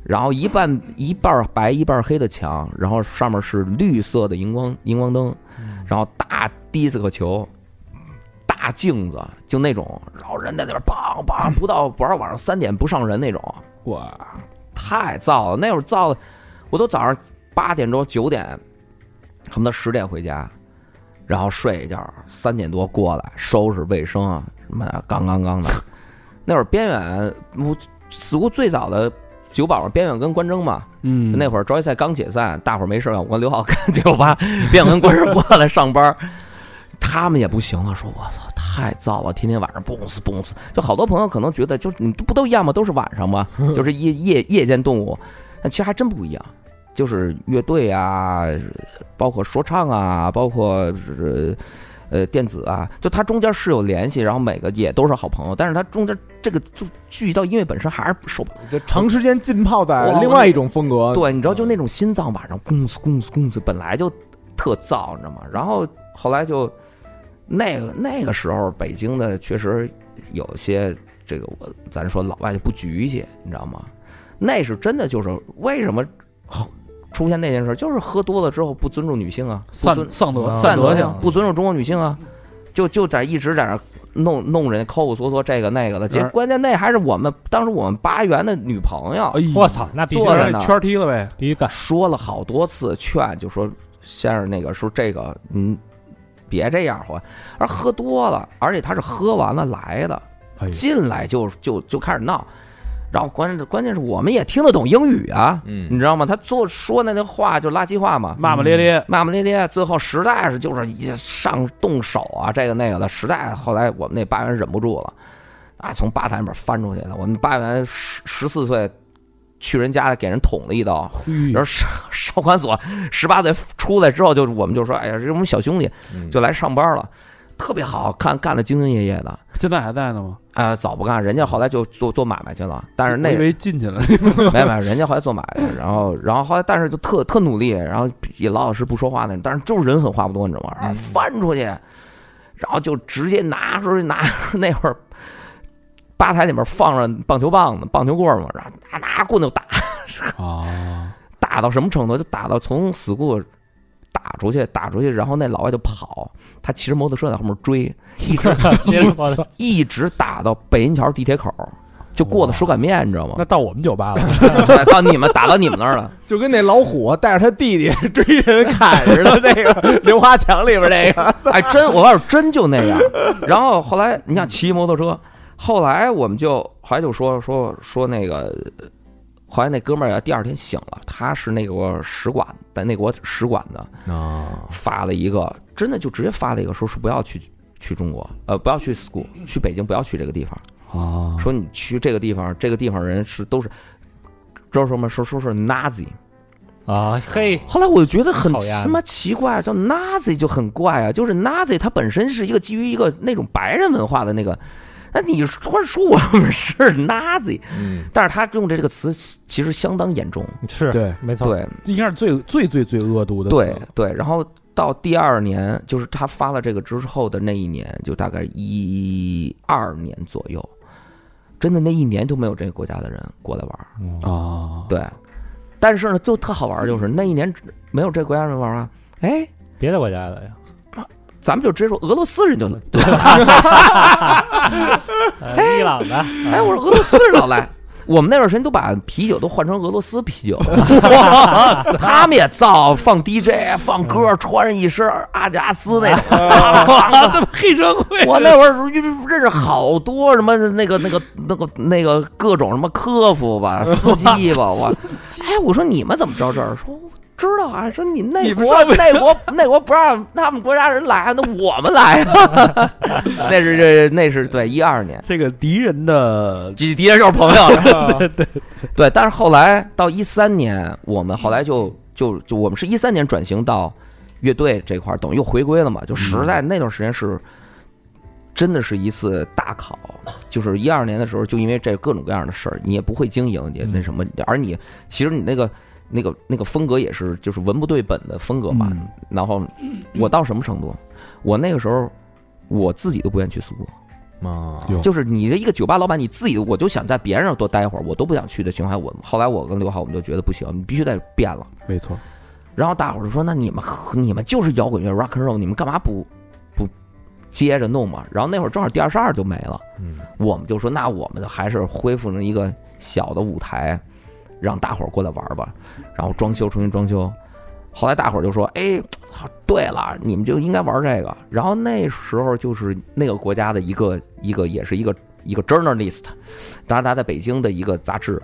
然后一半一半白一半黑的墙，然后上面是绿色的荧光荧光灯，然后大迪斯科球，大镜子，就那种，然后人在那边梆梆，不到不到晚上三点不上人那种，哇，太燥了。那会儿燥的，我都早上八点钟九点，恨不得十点回家，然后睡一觉，三点多过来收拾卫生啊什么的，杠杠杠的。那会儿边远，我似乎最早的酒保是边远跟关征嘛，嗯那会儿职业赛刚解散，大伙儿没事儿干，我跟刘浩 看酒吧，便跟关师过来上班儿，他们也不行了，说我操太燥了，天天晚上蹦死蹦死，就好多朋友可能觉得就是你不都一样吗？都是晚上吗？就是夜夜夜间动物，但其实还真不一样。就是乐队啊，包括说唱啊，包括是呃电子啊，就它中间是有联系，然后每个也都是好朋友，但是它中间这个就聚集到音乐本身还是受不就长时间浸泡在哇另外一种风格，对，你知道，就那种心脏晚上公司公司公司，本来就特燥，你知道吗？然后后来就那个那个时候，北京的确实有些这个我咱说老外就不局气，你知道吗？那是真的，就是为什么后出现那件事，就是喝多了之后不尊重女性啊，不尊丧丧德散哎德德性性，不尊重中国女性啊，就就在一直在那儿弄弄人家抠抠缩缩这个那个的，结而关键那还是我们当时我们八元的女朋友，哎呦 我操，，那必须坐在干那儿圈踢了呗，必须干，说了好多次劝，就说先生那个说这个嗯，别这样喝，而喝多了，而且他是喝完了来的，哎呦进来就就就开始闹，然后关键关键是我们也听得懂英语啊，你嗯，知道吗？他做说那那话就垃圾话嘛，骂骂咧咧，骂骂咧咧，最后实在是就是一上动手啊，这个那个的，实在后来我们那八元忍不住了，啊，从吧台里面翻出去了，我们八元十十四岁去人家给人捅了一刀。哎然后少 少管所十八岁出来之后，就是我们就说，哎呀，这我们小兄弟嗯就来上班了，特别好看，干的兢兢业业的。现在还在呢吗？啊、早不干，人家后来就做做买卖去了。但是我那以为进 去了，没有没有，人家后来做买卖，然后然后后来，但是就特特努力，然后也老老实不说话那种，但是就是人狠话不多，你知道吗？然后翻出去，然后就直接拿出去拿那会儿吧台里面放着棒球棒子、棒球棍儿嘛，然后拿拿棍子就打。哦，打到什么程度？就打到从 school 打出去，打出去，然后那老外就跑，他骑着摩托车在后面追， 一直我 操一直打到北银桥地铁口，就过了手擀面，你知道吗 那？到我们酒吧了，到你们打到你们那儿了，就跟那老虎带着他弟 弟追人砍似的，那个刘华强里边那个，哎，真我告诉你，真就那样。然后后来你想骑摩托车，后来我们就后来就说说说那个。后来那哥们儿啊第二天醒了，他是那个使馆在那国使馆的，啊，发了一个，真的就直接发了一个，说是不要去去中国，呃，不要去 school，去北京不要去这个地方，哦，说你去这个地方，这个地方人是都是。知道什么？说说是 Nazi。啊！嘿，后来我就觉得很讨厌他妈奇怪，叫 Nazi 就很怪啊，就是 Nazi 它本身是一个基于一个那种白人文化的那个，那你突然说我们是 Nazi，嗯，但是他用的这个词其实相当严重。是，对，没错，对，这 应该是最最最最恶毒的，对，对，然后到第二年，就是他发了这个之后的那一年，就大概一二年左右，真的那一年都没有这个国家的人过来玩儿。哦，对，但是呢，就特好玩儿，就是那一年只没有这个国家人玩儿啊，哎，别的国家的呀，咱们就直接说俄罗斯人就来。呃伊朗的，哎，我说俄罗斯人老来，我们那段时间都把啤酒都换成俄罗斯啤酒， 他们也造，放 DJ 放歌，嗯穿上一身阿迪达斯那种。嗯黑社会我那会儿认识好多什么那个那个那个那个各种什么客服吧、司机 吧，我哎，我说你们怎么知道这儿？说。知道啊，说你们那你不国上卫那国那国不让他们国家人来，那我们来啊。 那是这那是对一二年，这个敌人的这敌人就是朋友，对，但是后来到一三年，我们后来就就就我们是一三年转型到乐队这块儿，等于又回归了嘛。就实在那段时间是真的是一次大考，就是一二年的时候，就因为这各种各样的事儿，你也不会经营，也那什么，而你其实你那个。那个那个风格也是，就是文不对本的风格嘛。嗯然后我到什么程度？我那个时候我自己都不愿意去苏国，啊有就是你这一个酒吧老板，你自己我就想在别人那儿多待会儿，我都不想去的情况下，我后来我跟刘浩我们就觉得不行，你必须得变了。没错，然后大伙儿就说：“那你们你们就是摇滚乐 rock and roll，你们干嘛不不接着弄嘛？”然后那会儿正好第二十二就没了，嗯我们就说：“那我们就还是恢复成一个小的舞台，让大伙儿过来玩儿吧。”然后装修重新装修。后来大伙儿就说：“哎，操对了，你们就应该玩这个。”然后那时候就是那个国家的一个一个也是一个一个 journalist，当然他在北京的一个杂志，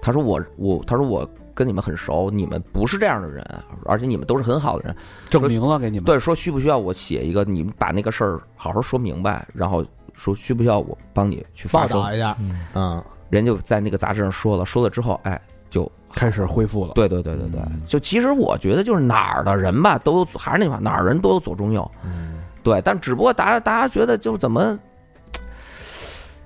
他说我我他说我跟你们很熟，你们不是这样的人，而且你们都是很好的人。嗯证明了给你们。对，说需不需要我写一个，你们把那个事儿好好说明白，然后说需不需要我帮你去发报声道。一下，嗯，人就在那个杂志上说了，说了之后，哎，就开始恢复了，对对对对对，嗯就其实我觉得就是哪儿的人吧，都有左还是那句话，哪儿人都有左中右，嗯对，但只不过大家大家觉得就是怎么，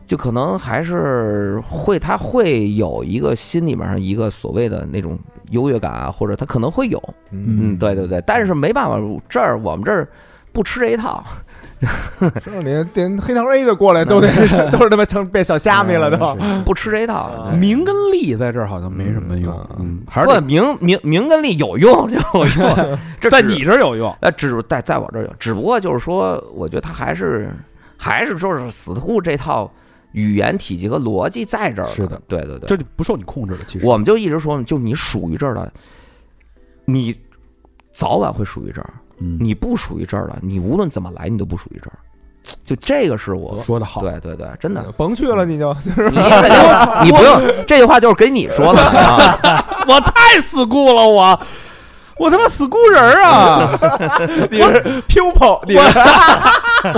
就可能还是会他会有一个心里面上一个所谓的那种优越感啊，或者他可能会有，嗯，对对对，但是没办法，这儿我们这儿不吃这一套，说连连黑桃 A 的过来都得 都是他妈成变小虾米了都，不吃这一套，对名跟利在这儿好像没什么用，嗯，还是不得名名名跟利有用，这有用，这在只你这儿有用，呃，只在在我这儿有，只不过就是说，我觉得他还是还是就是死兔这套语言体系和逻辑在这儿了。是的，对对对，这不受你控制的，其实我们就一直说，就你属于这儿了，你早晚会属于这儿；嗯，你不属于这儿了，你无论怎么来，你都不属于这儿。就这个是我，说的好，对对对，真的，甭去了你就你你不用这句话就是给你说的啊。我太 school 了，我我他妈 school 人啊，你是 pupil，你是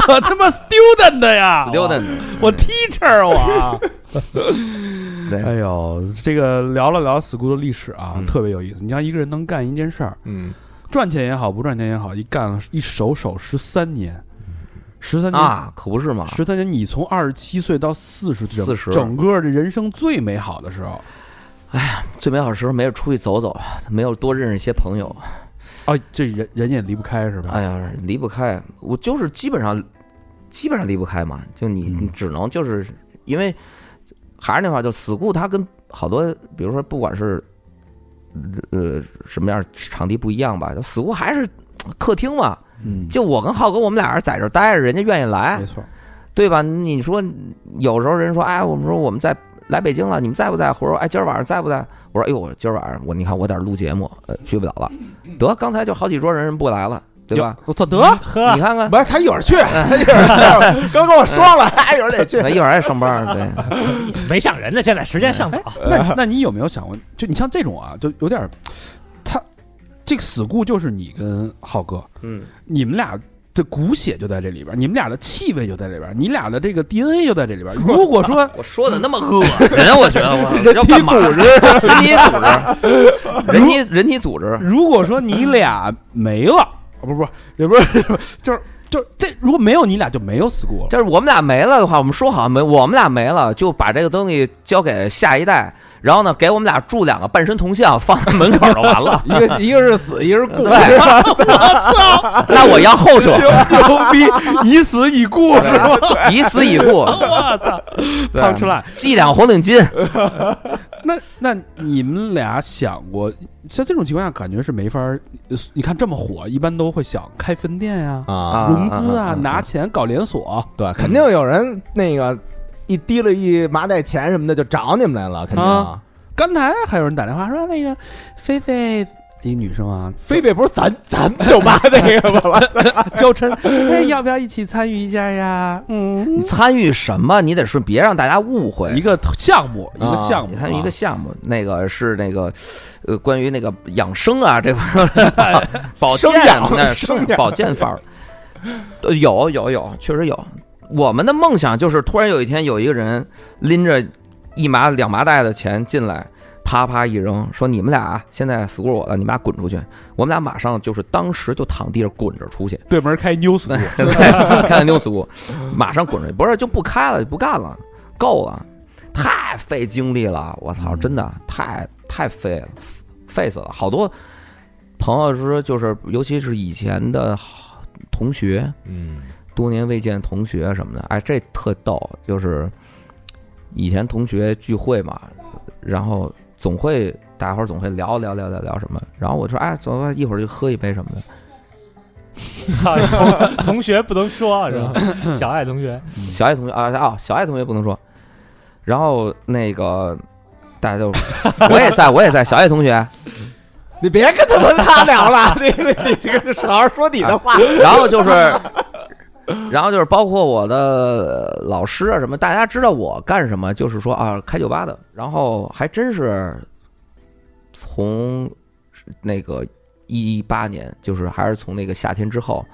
我他妈 student 的呀 student，我 teacher 我啊。 对哎呦，这个聊了聊 school 的历史啊，嗯特别有意思。你像一个人能干一件事儿，嗯，赚钱也好，不赚钱也好，一干了一守守十三年，十三年，啊，可不是嘛。十三年，你从二十七岁到四十，整40整个这人生最美好的时候最美好的时候没有出去走走，没有多认识一些朋友，啊，这人人也离不开是吧？哎呀，离不开，我就是基本上，基本上离不开嘛。就你，嗯你只能就是因为还是那话，就 school 它跟好多，比如说不管是呃什么样的场地不一样吧就，school 还是客厅嘛。嗯，就我跟浩哥，我们俩人在这儿待着，人家愿意来没，错，对吧？你说有时候人说，哎，我们说我们在来北京了，你们在不在？或者说哎，今儿晚上在不在？我说，哎呦，我今儿晚上我你看我在这儿录节目，呃，去不了了。得，刚才就好几桌人人不来了，对吧？哟？我操得，呵你，看看，不是他一会儿去，他一会儿去，刚跟我说了， 他一会儿得去那，一会儿还上班儿，对， 没上人呢，现在时间 上早，那那你有没有想过，就你像这种啊，就有点儿，他这个死固就是你跟浩哥， 嗯，你们俩的骨血就在这里边儿，你们俩的气味就在这里边儿，你俩的这个 DNA 就在这里 边儿。如果说我说的那么 恶心，啊我觉得我人体干嘛组织，。人体组织， 人体人体组织，如果说你俩没 了，啊不不也不是，就是就是这如果没有你俩就没有 school 了。就是我们俩没了的话，我们说好没，我们俩没了就把这个东西交给下一代，然后呢，给我们俩铸两个半身铜像放在门口就完了一个一个是死，一个是故，对，那我要后 者，哎牛逼，以死以固，以死以固， 我操，对胖出来，系两红领巾，那那你们俩想过，像这种情况下，感觉是没法儿。呃你看这么火，一般都会想开分店呀、啊，融资啊，啊啊啊拿钱搞连锁。 对，肯定有人那个一提了一麻袋钱什么的就找你们来了，肯定啊。刚才还有人打电话说那个菲菲。一女生啊， 菲菲不是咱咱们酒吧那个吧？娇嗔，哎，要不要一起参与一下呀？嗯你，参与什么？你得是别让大家误会一。个项目，一个啊项目你啊，参与一个项目，那个是那个，呃，关于那个养生啊， 这玩意儿保健生养那生是养保健范儿，呃有有有，确实有。我们的梦想就是突然有一天有一个人拎着一麻两麻袋的钱进来，啪啪一扔，说你们俩啊现在死过我了，你们俩滚出去。我们俩马上就是当时就躺地上滚着出去，对门开 new school，对，看牛 school，马上滚出去，不是就不开了，就不干了，够了，太费精力了，我操，真的太太费了，费死了。好多朋友说，就是尤其是以前的好同学，嗯多年未见同学什么的，哎，这特逗，就是以前同学聚会嘛，然后总会大家伙儿总会聊聊聊聊聊什么，然后我说，哎，走吧，一会儿就喝一杯什么的。同啊同学不能说啊是 吧？小爱同学，小爱同学啊啊，小爱同学不能说。然后那个大家就，我也在，我也在。小爱同学，你别跟他们他聊了， 你你你跟好好说你的话。然后就是，然后就是包括我的老师啊什么，大家知道我干什么，就是说啊，开酒吧的。然后还真是从那个一八年，就是还是从那个夏天之后，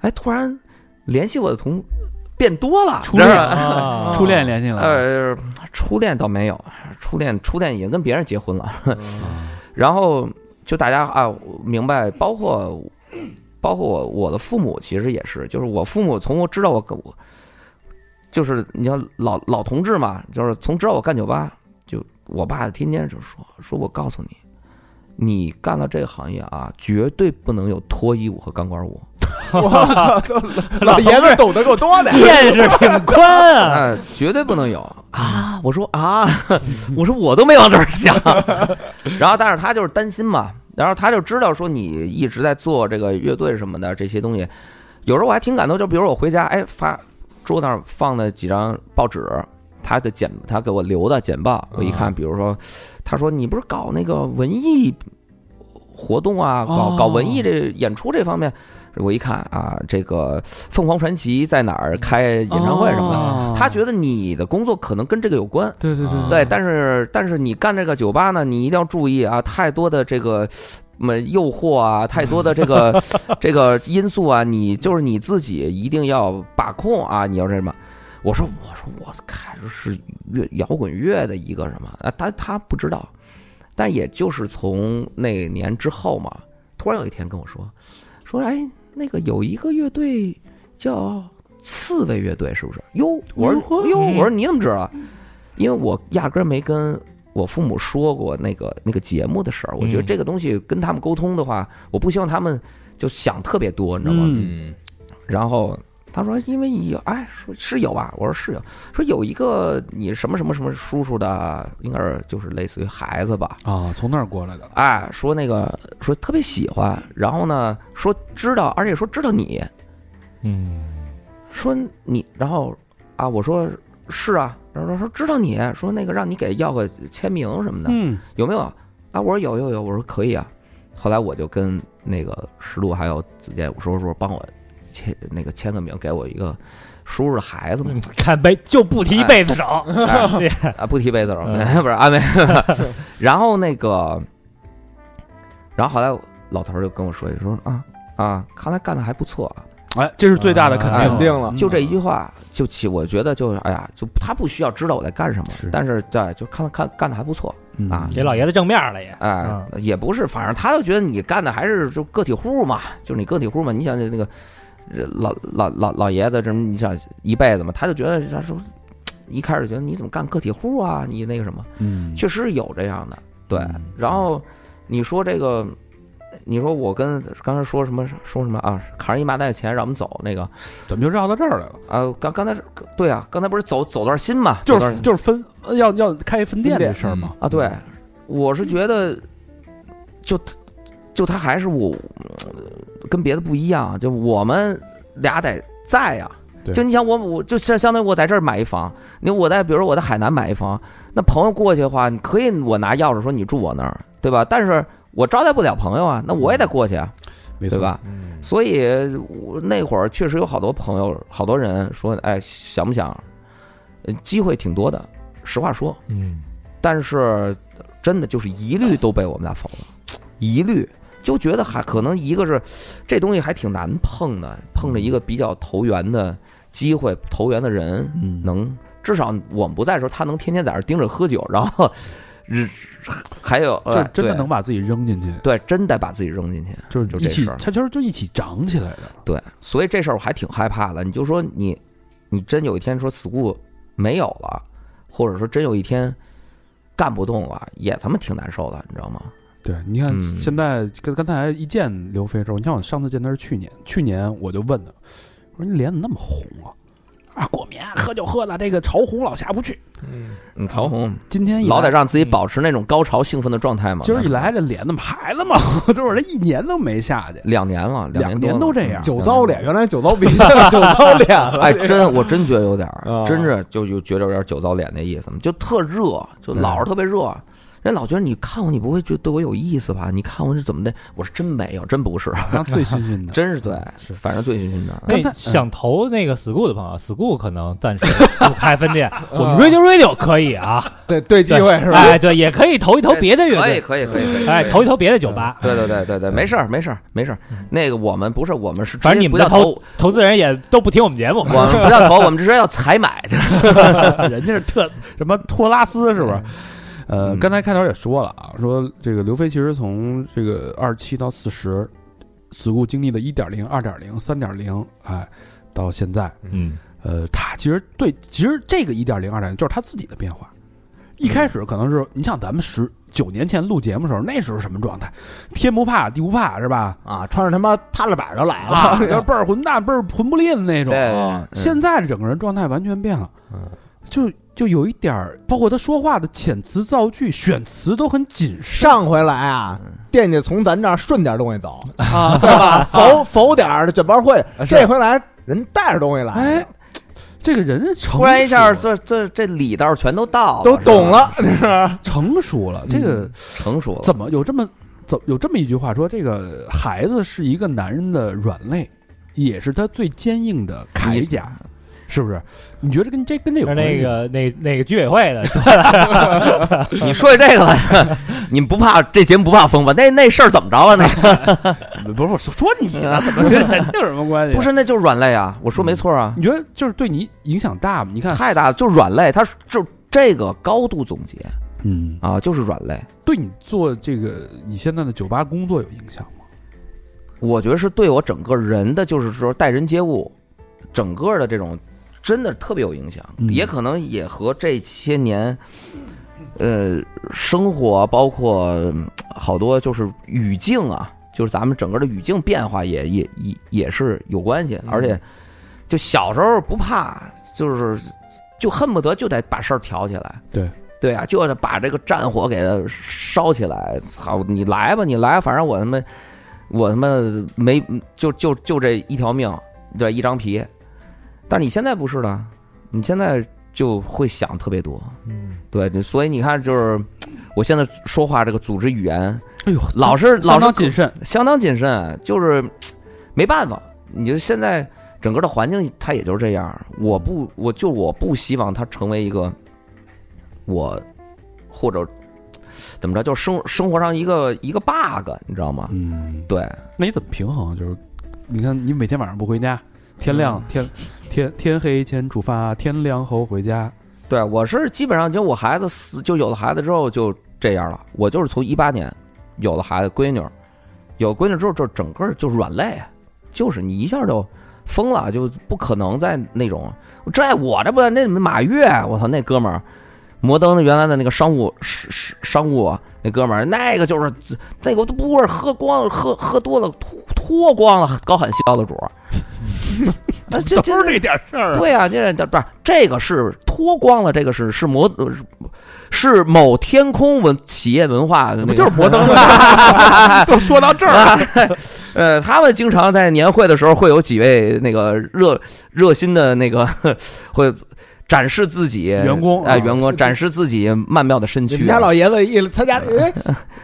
哎，突然联系我的同变多了，初恋知道吗啊初 恋联系了，呃，初恋倒没有，初恋初恋已经跟别人结婚了， 然后就大家啊明白，包括包括我我的父母其实也是，就是我父母从我知道我我就是你看老老同志嘛，就是从知道我干酒吧，就我爸天天就说说我告诉你，你干了这个行业啊，绝对不能有脱衣舞和钢管舞。我操，老爷子懂得够多的。见识挺宽啊！啊，绝对不能有啊！我说啊， 我说我都没往这儿想。 然后，但是他就是担心嘛，然后他就知道说你一直在做这个乐队什么的这些东西，有时候我还挺感动。就比如我回家，哎，发桌那儿放的几张报纸，他的简他给我留的简报，我一看，比如说，他说你不是搞那个文艺活动啊，搞搞文艺这演出这方面。我一看啊，这个凤凰传奇在哪儿开演唱会什么的，哦他觉得你的工作可能跟这个有关。对对对对，但是但是你干这个酒吧呢，你一定要注意啊，太多的这个么诱惑啊，太多的这个这个因素啊，你就是你自己一定要把控啊，你要是什么。我说我说我开始是乐摇滚乐的一个什么啊，他他不知道，但也就是从那年之后嘛，突然有一天跟我说说哎，那个有一个乐队叫刺猬乐队，是不是？哟，我说哟，我说你怎么知道？因为我压根儿没跟我父母说过那个那个节目的事儿。我觉得嗯这个东西跟他们沟通的话，我不希望他们就想特别多，你知道吗？嗯，嗯，然后他说，因为有，哎，说是有吧？我说是有，说有一个你什么什么什么叔叔的，应该是就是类似于孩子吧，啊，从那儿过来的，哎，说那个说特别喜欢，然后呢说知道，而且说知道你，嗯，说你，然后啊，我说是啊，然后他说知道你，说那个让你给要个签名什么的，嗯，有没有啊？我说有有有，我说可以啊。后来我就跟那个石路还有子健我说说帮我签那个签个名，给我一个叔叔的孩子嘛，嗯看杯就不提贝子手，哎啊不提被子了， 不是安慰。然后那个，然后后来老头儿就跟我说一说啊啊，看来干的还不错啊，哎，这是最大的肯定，嗯肯定了就这一句话就起，我觉得就是哎呀，就他不需要知道我在干什么，是但是对，就看看干的还不错，嗯啊给老爷子正面了也。哎、也不是，反正他就觉得你干的还是就个体户嘛，就是你个体户嘛，你想那个呃老老老老爷子这么你想一辈子嘛，他就觉得他说一开始觉得你怎么干个体户啊，你那个什么，嗯，确实有这样的，对嗯，然后你说这个你说我跟刚才说什么说什么啊？扛着一麻袋的钱让我们走那个怎么就绕到这儿来了？啊，刚刚才是对啊，刚才不是走走段心嘛？就走段是心就是分要要开分店这事儿嘛。啊，对，我是觉得就就他还是我跟别的不一样，啊就我们俩得在啊。对就你想我，我就相相当于我在这儿买一房，你我在比如说我在海南买一房，那朋友过去的话，你可以我拿钥匙说你住我那儿，对吧？但是我招待不了朋友啊，那我也得过去啊，没错对吧？？嗯所以我那会儿确实有好多朋友、好多人说：“哎，想不想？呃机会挺多的，实话说。嗯，”但是真的就是一律都被我们俩否了，一律就觉得还可能一个是这东西还挺难碰的，碰着一个比较投缘的机会、投缘的人，嗯，能至少我们不在的时候，他能天天在那儿盯着喝酒，然后，日还有呃就真的哎对能把自己扔进去，对，真得把自己扔进去。就是就一这起事儿，他就是就一起长起来的。对，所以这事儿我还挺害怕的。你就说你，你真有一天说 school 没有了，或者说真有一天干不动了，也他妈挺难受的，你知道吗？对，你看嗯现在跟刚才一见刘飞之后，你看我上次见他是去年，去年我就问他，我说你脸怎么那么红啊？啊，过敏，喝酒喝了，这个潮红老下不去。嗯你陶虹今天一老来得让自己保持那种高潮兴奋的状态嘛。今儿一来这脸怎么还那么红？ 就是我这一年都没下去，两年了，两年年多都了这样。酒糟脸，原来酒糟鼻，现 在酒糟脸了。哎，真我真觉得 有点儿，啊真是就就觉得有点酒糟脸那意思嘛，就特热，就老是特别热。人老觉得你看我，你不会觉得对我有意思吧？你看我是怎么的？我是真没有，真不是，当最新鲜的，真是对，是反正醉醺醺 的。刚才那嗯想投那个 school 的朋友，school 啊可能暂时不开分 店，我们 radio radio 可以啊，对对机会是吧？哎，对，也可以投一投别的乐队，可以可以可以可以， 哎，投一投别的酒吧，对对对对对，没事儿没事儿没事儿。那个我们不是我们是嗯直接反正你们不的叫投，投资人也都不听我们节目我，们不叫投，我们直接叫采买，就是 人家是特什么托拉斯是不是？呃，嗯刚才开头也说了啊，说这个刘飞其实从这个二七到四十，死故经历的一点零、二点零、三点零，哎，到现在，嗯，呃，他其实对，其实这个一点零、二点零就是他自己的变化。一开始可能是你像咱们十九年前录节目的时候，那时候什么状态？天不怕地不怕是吧？啊，穿着他妈踏拉板就来 啊，了，要倍儿混蛋，倍儿混不吝的那种。对啊嗯现在整个人状态完全变了，嗯就就有一点儿，包括他说话的遣词造句、选词都很谨慎。上回来啊嗯，惦记从咱这儿顺点东西走啊， 对吧？否否点儿卷包会，是这回来人带着东西来哎了，，这个人成突然一下，熟了这这这里道全都哦到了，都懂是吧，了，你知道吗成熟嗯了。这个成熟了，怎么有这么怎有这么一句话说，这个孩子是一个男人的软肋，也是他最坚硬的铠哎甲，是不是？你觉得跟这跟这有是关系？那个那那个居委会的， 你说起这个来，你们不怕这节目不怕封吧？那那事儿怎么 着啊？哎那不是我说说你 呢，怎么跟人有什么关系？不，是那就是软肋啊！我说没错啊，你觉得就是对你影响大吗？你看，太大了，就是软肋，它是就这个高度总结嗯，啊，就是软肋。对你做这个你现在的酒吧工作有影响吗？我觉得是对我整个人的，就是说待人接物，整个的这种，真的特别有影响。嗯也可能也和这些年，呃，生活包括嗯好多就是语境啊，就是咱们整个的语境变化也也也也是有关嗯系。而且，就小时候不怕，就是就恨不得就得把事儿挑起来。对。对啊，就得把这个战火给它烧起来。操，你来吧，你来，反正我他妈我他妈没就就就这一条命，对，一张皮。但你现在不是了，你现在就会想特别多，对，就所以你看，就是我现在说话这个组织语言哎呦，老是相老当是谨慎，相当谨慎，啊就是没办法，你就现在整个的环境它也就是这样。我不，我就我不希望它成为一个我或者怎么着，就是生生活上一个一个 bug，你知道吗？嗯，对，那你怎么平衡？啊就是你看，你每天晚上不回家，天亮、天天天黑前出发，天亮后回家。对，我是基本上就我孩子死，就有了孩子之后就这样了。我就是从一八年有了孩子闺女儿，有闺女之后，就整个就是软肋，啊就是你一下就疯了，就不可能再那种。这我这不那马跃，我操那哥们儿，摩登原来的那个商务商商商务啊那哥们儿，那个就是那个都不是喝光了，喝喝多了脱脱光了，高喊笑的主 儿。啊，这这都是这点事儿啊。对啊，这这不是这个是脱光了，这个是是摩呃是是某天空文企业文化的那不个，就是摩登 吗？都说到这儿了，呃，他们经常在年会的时候会有几位那个热热心的那个 会展示自己员工哎、啊员工展示自己曼妙的身你躯啊们。家 老爷子一参加，哎，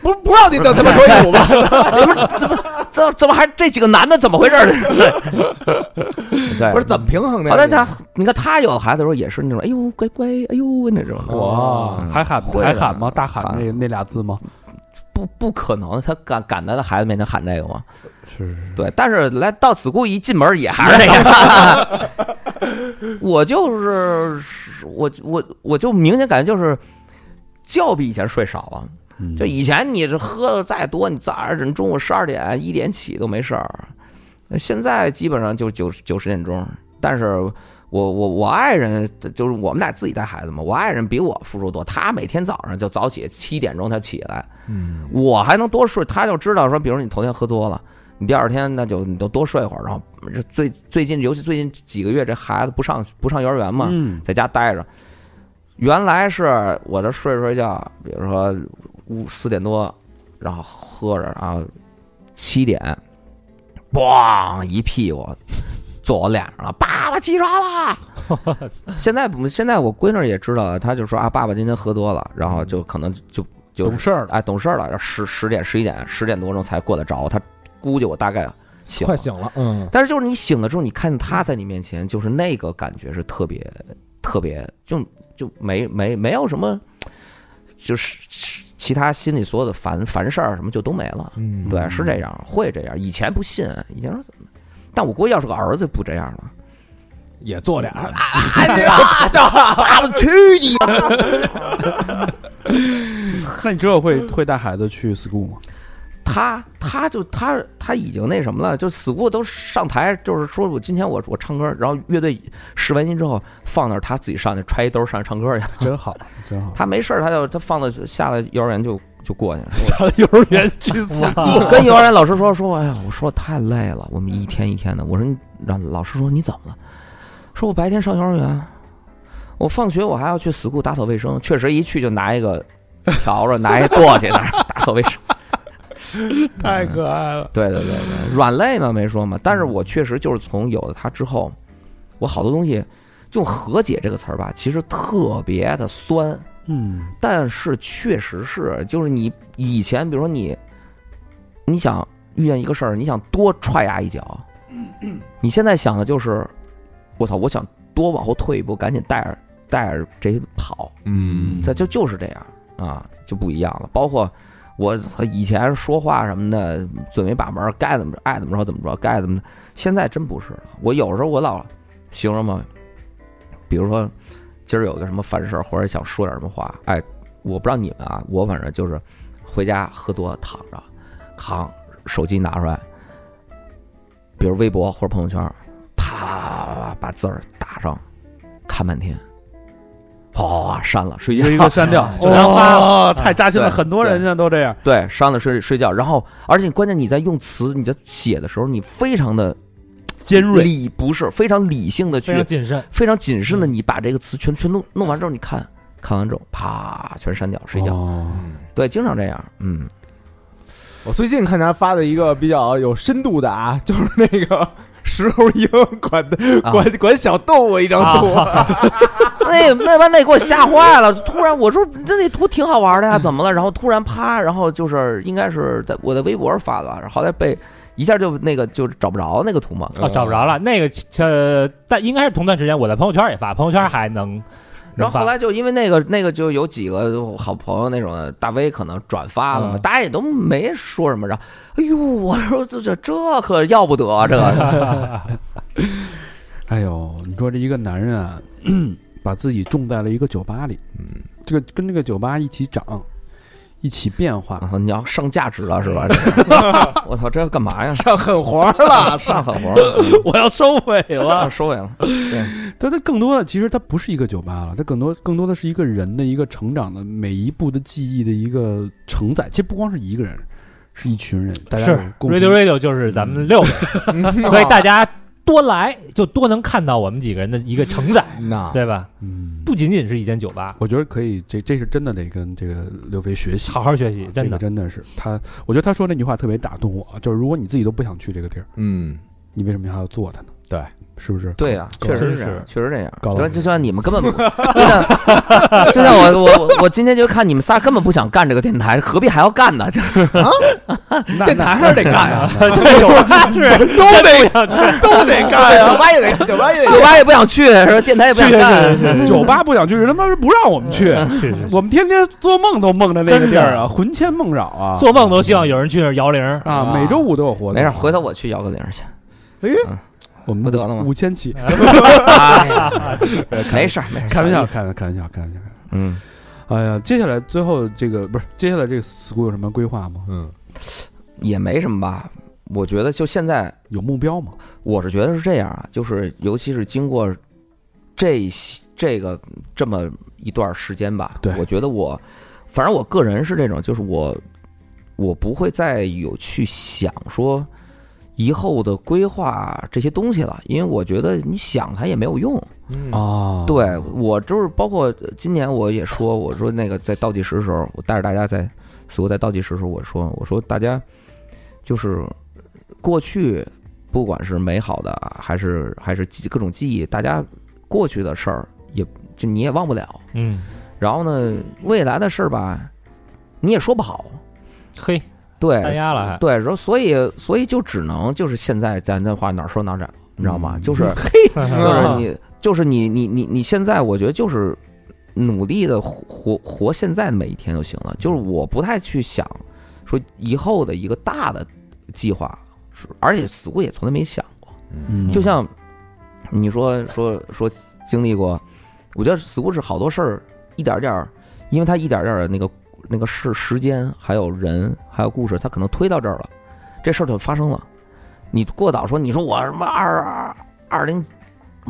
不不让你等他们说一舞 吧？ 怎么怎么还这几个男的怎么回事儿？ 对， 不是怎么平衡的呀？好像他你看他有孩子的时候也是那种哎呦乖乖哎呦那种，哦嗯哇，还喊会的还喊吗？大喊喊那那俩字吗？不不可能，他敢敢在他孩子面前喊这个吗？是对，但是来到此故一进门也还是那样。我就是我我我就明显感觉就是觉比以前睡少了。嗯就以前你这喝的再多，你早上你中午十二点一点起都没事儿，现在基本上就九九十点钟。但是我我我爱人就是我们俩自己带孩子嘛，我爱人比我付出多，他每天早上就早起七点钟他起来，嗯，我还能多睡，他就知道说，比如你头天喝多了，你第二天那就你就多睡会儿，然后这最最近尤其最近几个月这孩子不上不上幼儿园嘛，嗯，在家待着。原来是我这睡着睡觉，比如说五四点多，然后喝着，然后七点，咣一屁股坐我脸上了，爸爸起床 了。现在不现在我闺女也知道了，她就说啊，爸爸今天喝多了，然后就可能就就懂事儿 了，哎，懂事儿了，要十十点、十一点、十点多钟才过来找我，他估计我大概醒了快。醒了，嗯，但是就是你醒了之后，你看见他在你面前，就是那个感觉是特别特别，就就没没没有什么，就是其他心里所有的烦烦事儿什么就都没了。嗯对，是这样，会这样。以前不信，以前说怎么，但我估计要是个儿子不这样了。也做点儿，啊，我去你！那你之后会会带孩子去 school 吗？他他就他他已经那什么了，就死不都上台，就是说我今天我我唱歌，然后乐队试完音之后放那儿，他自己上去揣一兜儿上去唱歌去。真好，真好。他没事儿，他就他放到下了幼儿园就就过去了。上幼儿园去 我 跟幼儿园老师说说，哎呀，我说太累了，我们一天一天的。我说你让老师说你怎么了？说我白天上幼儿园，我放学我还要去 school 打扫卫生，确实一去就拿一个笤帚，拿一簸箕那儿打扫卫生。太可爱了。对对对对，软肋嘛没说嘛，但是我确实就是从有了它之后，我好多东西用和解这个词儿吧，其实特别的酸，嗯，但是确实是，就是你以前比如说你，你想遇见一个事儿，你想多踹他一脚，你现在想的就是，我操，我想多往后退一步，赶紧带着带着这些跑，嗯这就就是这样啊，就不一样了。包括我和以前说话什么的，嘴没把门儿，该怎么着爱怎么着怎么着，该怎么着。现在真不是了。我有时候我老形容嘛，比如说今儿有个什么烦事儿，或者想说点什么话，哎，我不知道你们啊，我反正就是回家喝多了躺着，扛手机拿出来，比如微博或者朋友圈，啪啪啪啪啪把字儿打上，看半天。哗哗哗删了，睡觉一个 删掉，就哦然后发，太扎心了。对很多人现在都这样，对，删了睡睡觉，然后而且关键你在用词、你在写的时候，你非常的尖锐。理不是非常理性的去非常谨慎，哦非常谨慎的，你把这个词全全弄弄完之后，你看看完之后，啪全删掉睡觉。哦对，经常这样，嗯， 我最近看他发的一个比较有深度的啊，就是那个 石猴鹰管啊管管小动物一张图，啊那哎那把那给我吓坏了，突然我说这那图挺好玩的呀，怎么了？然后突然啪，然后就是应该是在我的微博上发的吧，然后后来被一下就那个就找不着那个图嘛，啊，找不着了。那个呃，但应该是同段时间，我在朋友圈也发，朋友圈还能。然能后发后来就因为那个那个就有几个好朋友那种的大 V 可能转发了嘛，嗯大家也都没说什么。然后，哎呦，我说这这这可要不得啊，这个 哎呦，你说这一个男人啊， 把自己种在了一个酒吧里，这个跟这个酒吧一起长，一起变化我。操，你要上价值了是吧？ 我操，这要干嘛呀？上狠活儿了，上狠活儿了， 我要收尾我收尾了。但它更多的其实它不是一个酒吧了，它更多更多的是一个人的一个成长的每一步的记忆的一个承载。其实不光是一个人，是一群人，大家 是有共同 Radio Radio 就是咱们六个人，嗯所以大家多来就多能看到我们几个人的一个承载，那对吧？嗯，不仅仅是一间酒吧，我觉得可以，这这是真的得跟这个刘飞学习。好好学习，这真个的。真的是他，我觉得他说那句话特别打动我，就是如果你自己都不想去这个地儿，嗯，你为什么还要做它呢？对，是不 是？对呀、 确实是这样，是确实这样。高老对，师就像你们根本 不，就像就像我我我我今天就看你们仨根本不想干这个电台，何必还要干呢？ 就是电台上得干啊 呀，是都得想去，都得 干啊呀，酒吧也得，酒吧也酒吧也不想去，是吧？电台也不想干。酒吧不想去，人他妈是不让我们去，嗯是是，我们天天做梦都梦着那个地真儿啊，的魂牵梦绕啊，做梦都希望有人去那儿摇铃儿。啊，每周五都有活动。没事，回头我去摇个铃儿去。我们不得了吗五千起，哎呀 没事儿没事儿，开玩笑，开玩开玩笑，开玩笑。嗯，哎呀，接下来最后这个不是接下来这个 school 有什么规划吗？嗯也没什么吧。我觉得就现在，有目标吗？我是觉得是这样啊，就是尤其是经过这些这个这么一段时间吧，对我觉得我，反正我个人是这种，就是我我不会再有去想说以后的规划这些东西了，因为我觉得你想它也没有用。嗯啊，对我就是包括今年我也说，我说那个在倒计时的时候，我带着大家在所有在倒计时的时候，我说我说大家就是过去不管是美好的啊还是还是记各种记忆，大家过去的事儿也就你也忘不了。嗯，然后呢，未来的事儿吧，你也说不好。嘿，对，单压了还对，然后所以所以就只能就是现在咱这话哪儿说哪儿长，你知道吗？嗯 就是就是你，就是你，你，你，你现在，我觉得就是努力的活活现在的每一天就行了。就是我不太去想说以后的一个大的计划，是而且死我也从来没想过。嗯，就像你说说说经历过，我觉得似乎是好多事儿一点儿点儿，因为他一点儿点儿的那个那个事时间，还有人，还有故事，他可能推到这儿了，这事儿就发生了。你过早说，你说我什么二二二零，什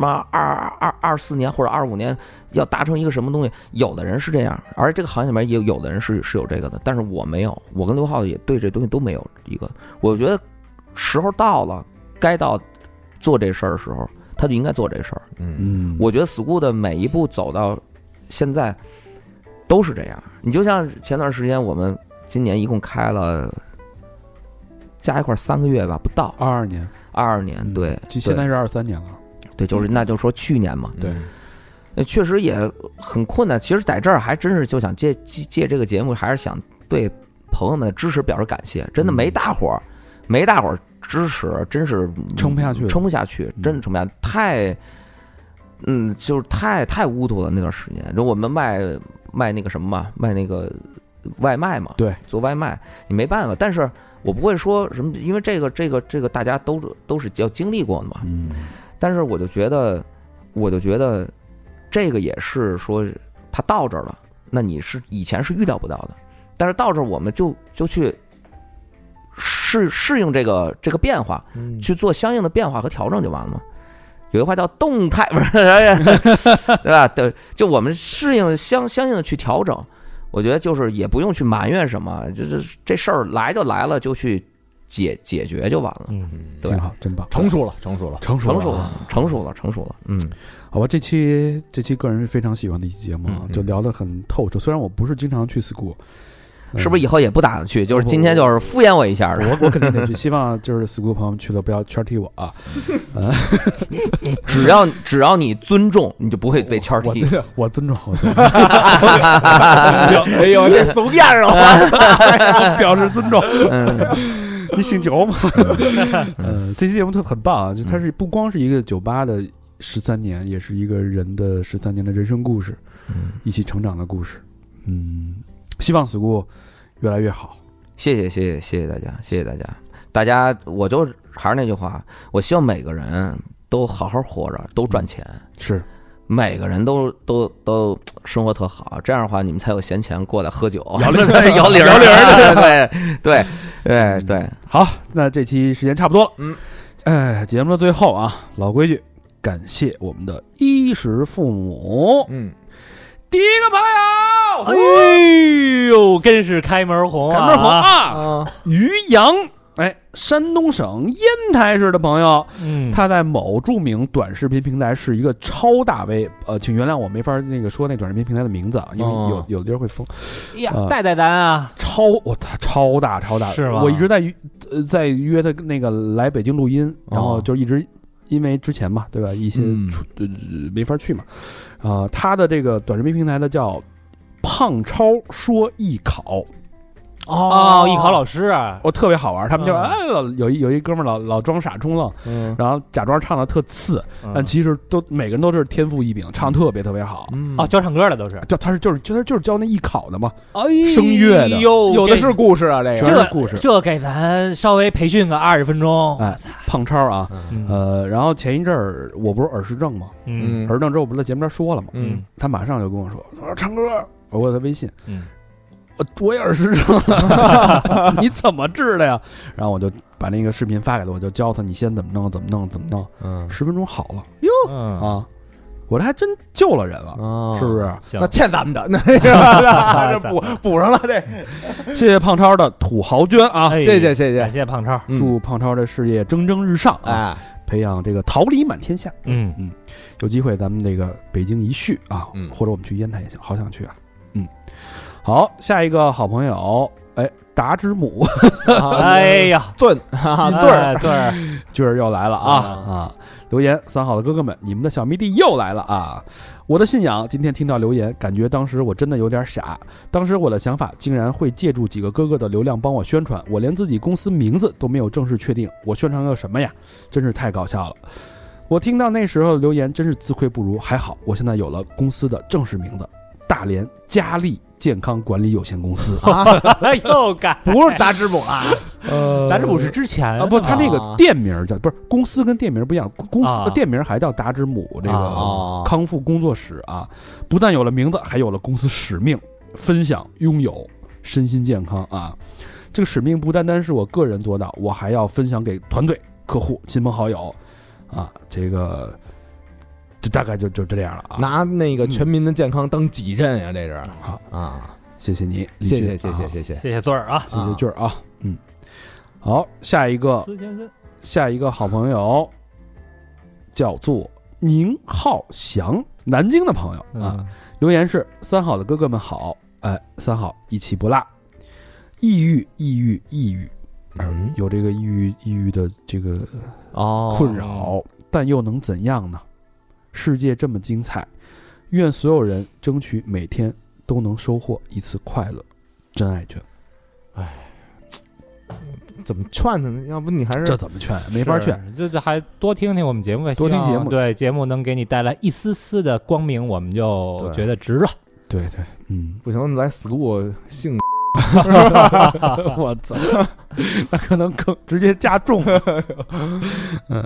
么二二二四年或者二五年要达成一个什么东西，有的人是这样，而这个行业里面也有的人是是有这个的，但是我没有，我跟刘浩也对这东西都没有一个，我觉得时候到了，该到做这事儿的时候，他就应该做这事儿。嗯嗯，我觉得 school 的每一步走到现在都是这样。你就像前段时间我们今年一共开了加一块儿三个月吧，不到二二年，二二年，嗯对，就现在嗯对是二三年了，对，就是那就说去年嗯嘛，对，呃确实也很困难。其实在这儿还真是就想借借借这个节目，还是想对朋友们的支持表示感谢。真嗯的没大伙儿，没大伙儿支持，真是撑不下去了，嗯撑不下去，真的撑不下去，太，嗯，就是太太糊涂了那段时间。然后我们卖卖那个什么嘛，卖那个外卖嘛，对，做外卖你没办法。但是我不会说什么，因为这个这个这个大家都都是要经历过的嘛。嗯，但是我就觉得，我就觉得这个也是说，他到这儿了，那你是以前是预料不到的，但是到这儿我们就就去适适应这个这个变化，去做相应的变化和调整就 完了嘛。有句话叫动态，不是，对吧？对，就我们适应相相应的去调整，我觉得就是也不用去埋怨什么，就是这事儿来就来了，就去解解决就完了。嗯，对挺好，真棒，成熟了，成熟了，成成熟熟了了，啊。成熟了，成熟了，嗯。好吧，这期这期个人是非常喜欢的一期节目啊嗯，嗯就聊得很透彻。虽然我不是经常去 school，嗯是不是以后也不打算去？就是今天就是敷衍我一下我我肯定得去，希望就是 school 朋友们去了不要圈踢我啊！只要只要你尊重，你就不会被圈我踢。 我尊重，我尊哎呦，这怂样儿啊！重，表示尊重。嗯你醒酒 吗？呃，这期节目特很棒啊，就它是嗯不光是一个酒吧的十三年，也是一个人的十三年的人生故事，嗯一起成长的故事。嗯，希望 school 越来越好。谢谢谢谢谢谢大家，谢谢大家，大家我就还是那句话，我希望每个人都好好活着，都赚钱。是，每个人都都都生活特好，这样的话你们才有闲钱过来喝酒， 摇铃 摇摇铃铃儿，对对对对对，好，那这期时间差不多了。嗯，哎，节目的最后啊，老规矩，感谢我们的衣食父母。嗯，第一个朋友，哎呦，真是开门红啊！赶门红啊，啊，于洋。哎，山东省烟台市的朋友，嗯，他在某著名短视频平台是一个超大 V，呃，请原谅我没法那个说那短视频平台的名字啊，因为有、哦有的地儿会封。哎呀呃，戴戴丹啊，超我他超大超大，是吗我一直在约呃在约他那个来北京录音，哦然后就一直因为之前嘛，对吧？一些嗯出、呃没法去嘛，啊、他的这个短视频平台呢叫胖超说艺考，哦，艺考老师啊，我、特别好玩。他们就、嗯哎老有一有一哥们儿老老装傻充愣，嗯，然后假装唱的特次，嗯但啊其实都每个人都是天赋异禀，唱得特别特别好。嗯哦，教唱歌的都是，就他是就是就是就是教那艺考的嘛，哎，声乐的有有的是故事啊，这全个是这故事。这给咱稍微培训个二十分钟，哎，胖超啊，呃，然后前一阵儿我不是耳石症吗？嗯耳症之后不是在节目上说了吗？嗯，他马上就跟我说：“我说唱歌，我有他微信，嗯，我我也耳石症了，你怎么治的呀？”然后我就把那个视频发给他，我就教他你先怎么弄，怎么弄，怎么弄，嗯十分钟好了哦嗯，啊！我这还真救了人了，啊是不是？行那，欠咱们的，那 是吧这补补上了，这谢谢胖超的土豪捐啊！哎谢谢，谢感谢，谢胖超，嗯祝胖超的事业蒸蒸日上啊！哎，培养这个桃李满天下，嗯，有机会咱们这个北京一叙啊，嗯或者我们去烟台也行，好想去啊。嗯，好，下一个好朋友，哎，达之母啊哎呀，俊啊哎俊儿，对儿， 军儿又来了啊啊啊！留言，三好的哥哥们，你们的小迷弟又来了啊！我的信仰，今天听到留言，感觉当时我真的有点傻。当时我的想法竟然会借助几个哥哥的流量帮我宣传，我连自己公司名字都没有正式确定，我宣传个什么呀？真是太搞笑了。我听到那时候的留言，真是自愧不如。还好我现在有了公司的正式名字——大连佳丽健康管理有限公司。哎又改， 不是达之母啊，咱这不是之前呃啊，不，他那啊个店名儿叫不是公司跟店名儿不一样，公公司啊的店名儿还叫达之母这啊个康复工作室啊，不但有了名字，还有了公司使命，分享拥有身心健康啊。这个使命不单单是我个人做到，我还要分享给团队、客户、亲朋好友啊。这个这大概就就这样了啊。拿那个全民的健康当己任啊，这是好啊，谢谢你，李谢军谢谢啊谢谢谢，谢谢尊儿啊，谢谢俊儿啊，嗯。好，下一个四千三，下一个好朋友叫做宁浩翔，南京的朋友啊，嗯留言是：三好的哥哥们好，哎，三好一起不落，抑郁，抑郁，抑郁，嗯有这个抑郁，抑郁的这个嗯哦困扰，但又能怎样呢？世界这么精彩，愿所有人争取每天都能收获一次快乐。真爱券，怎么劝他呢？要不你还是这怎么劝？没法劝。是，就是还多听听我们节目呗，多听希望节目对节目能给你带来一丝丝的光明，我们就对觉得值了。对对，嗯，不行，来 school 性我操， 那可能更直接加重 了。嗯，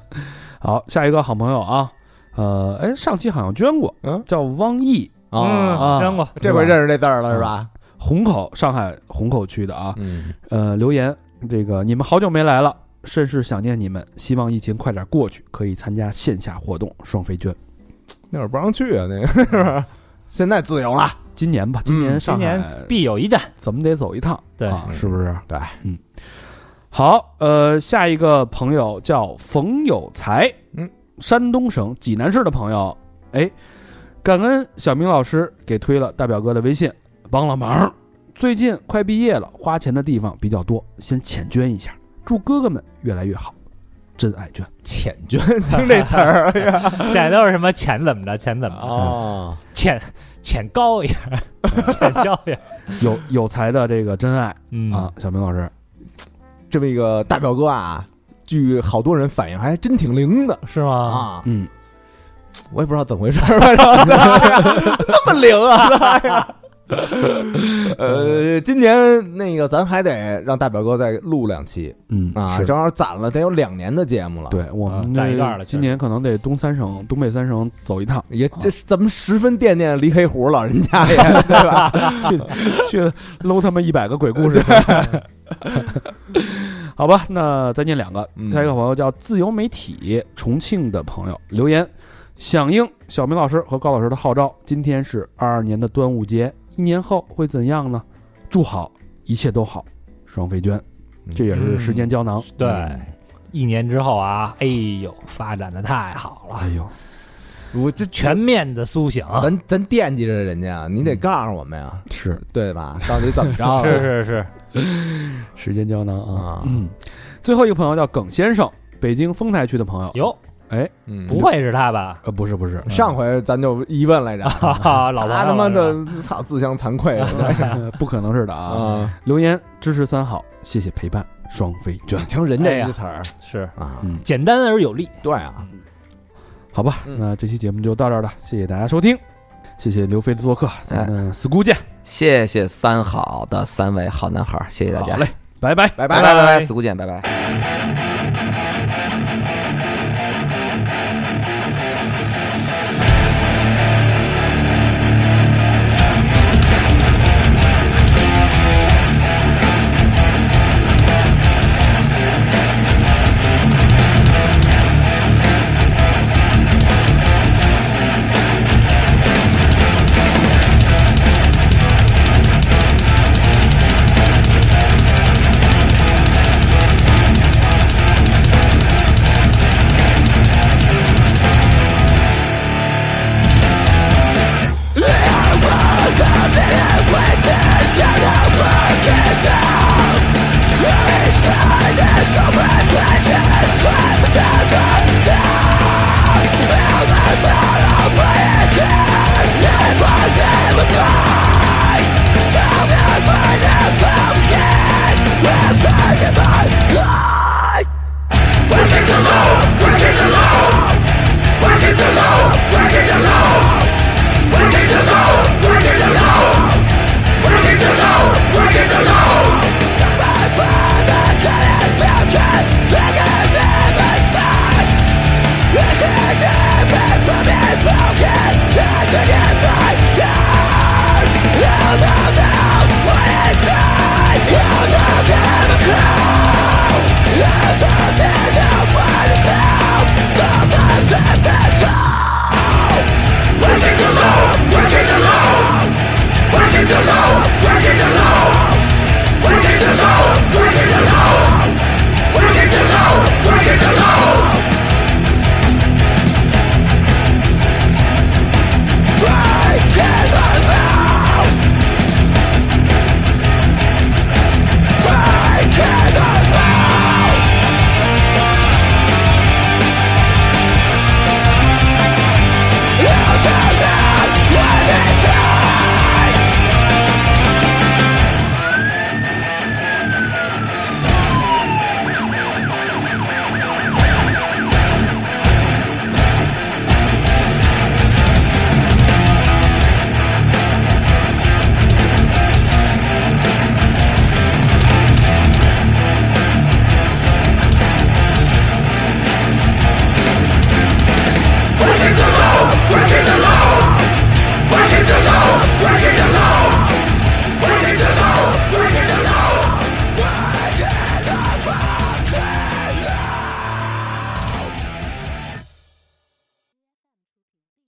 好，下一个好朋友啊，呃，哎，上期好像捐过，嗯叫汪毅，啊，啊嗯，扔过，这回认识这字儿了是吧？虹口，上海虹口区的啊，嗯，呃，留言这个你们好久没来了，甚是想念你们，希望疫情快点过去，可以参加线下活动，双飞捐，那会儿不让去啊，那个是吧？现在自由了，今年吧，今年今上海年必有一战。怎么得走一趟，对啊，是不是？对，嗯。好，呃，下一个朋友叫冯有才，嗯，山东省济南市的朋友，哎，感恩小明老师给推了大表哥的微信，帮了忙。最近快毕业了，花钱的地方比较多，先浅捐一下，祝哥哥们越来越好，真爱 捐。浅捐，听这词儿哎呀， 现在都是什么钱怎么着，钱怎么着，哦，钱钱高一点儿， 钱高一 点儿。有有才的这个真爱嗯啊，小明老师，这么一个大表哥啊，据好多人反映还真挺灵的是吗？啊，嗯， 我也不知道怎么回事儿，反正那么灵啊，呃，今年那个咱还得让大表哥再录两期嗯啊，是正好攒了得有两年的节目了。，对我啊们占一这半儿了今确实年可能得东三省、东北三省走一趟，也这是咱们十分惦念离黑胡老人家 也，对吧？去去搂他们一百个鬼 故事。好吧，那再念两个。嗯下一个朋友叫自由媒体重庆的朋友留言，响应小明老师和高老师的号召，今天是二二年的端午节，一年后会怎样呢？祝好，一切都好。双飞娟，这也是时间胶囊。对嗯，一年之后啊，哎呦，发展的太好了，哎呦，我这全面的苏醒，咱咱惦记着人家，你得告诉我们呀， 是嗯对吧？到底怎么 着了？是是是，时间胶囊啊。啊，嗯，最后一个朋友叫耿先生，北京丰台区的朋友。哟，嗯不会是他吧？ 呃，不是不是，上回咱就疑问 来着，哈哈，老他王他妈老王的操自相惭愧呃 不可能是的啊。 啊！留言支持三好，谢谢陪伴，双飞卷。嗯听人这一个词儿是啊，简单而有力，哎对啊，好吧，嗯那这期节目就到这儿了，谢谢大家收听，谢谢刘飞的做客，咱们 school 见，哎谢谢三好的三位好男孩儿，谢谢大家，好嘞，拜拜。拜拜拜。拜拜，四姑见，拜拜。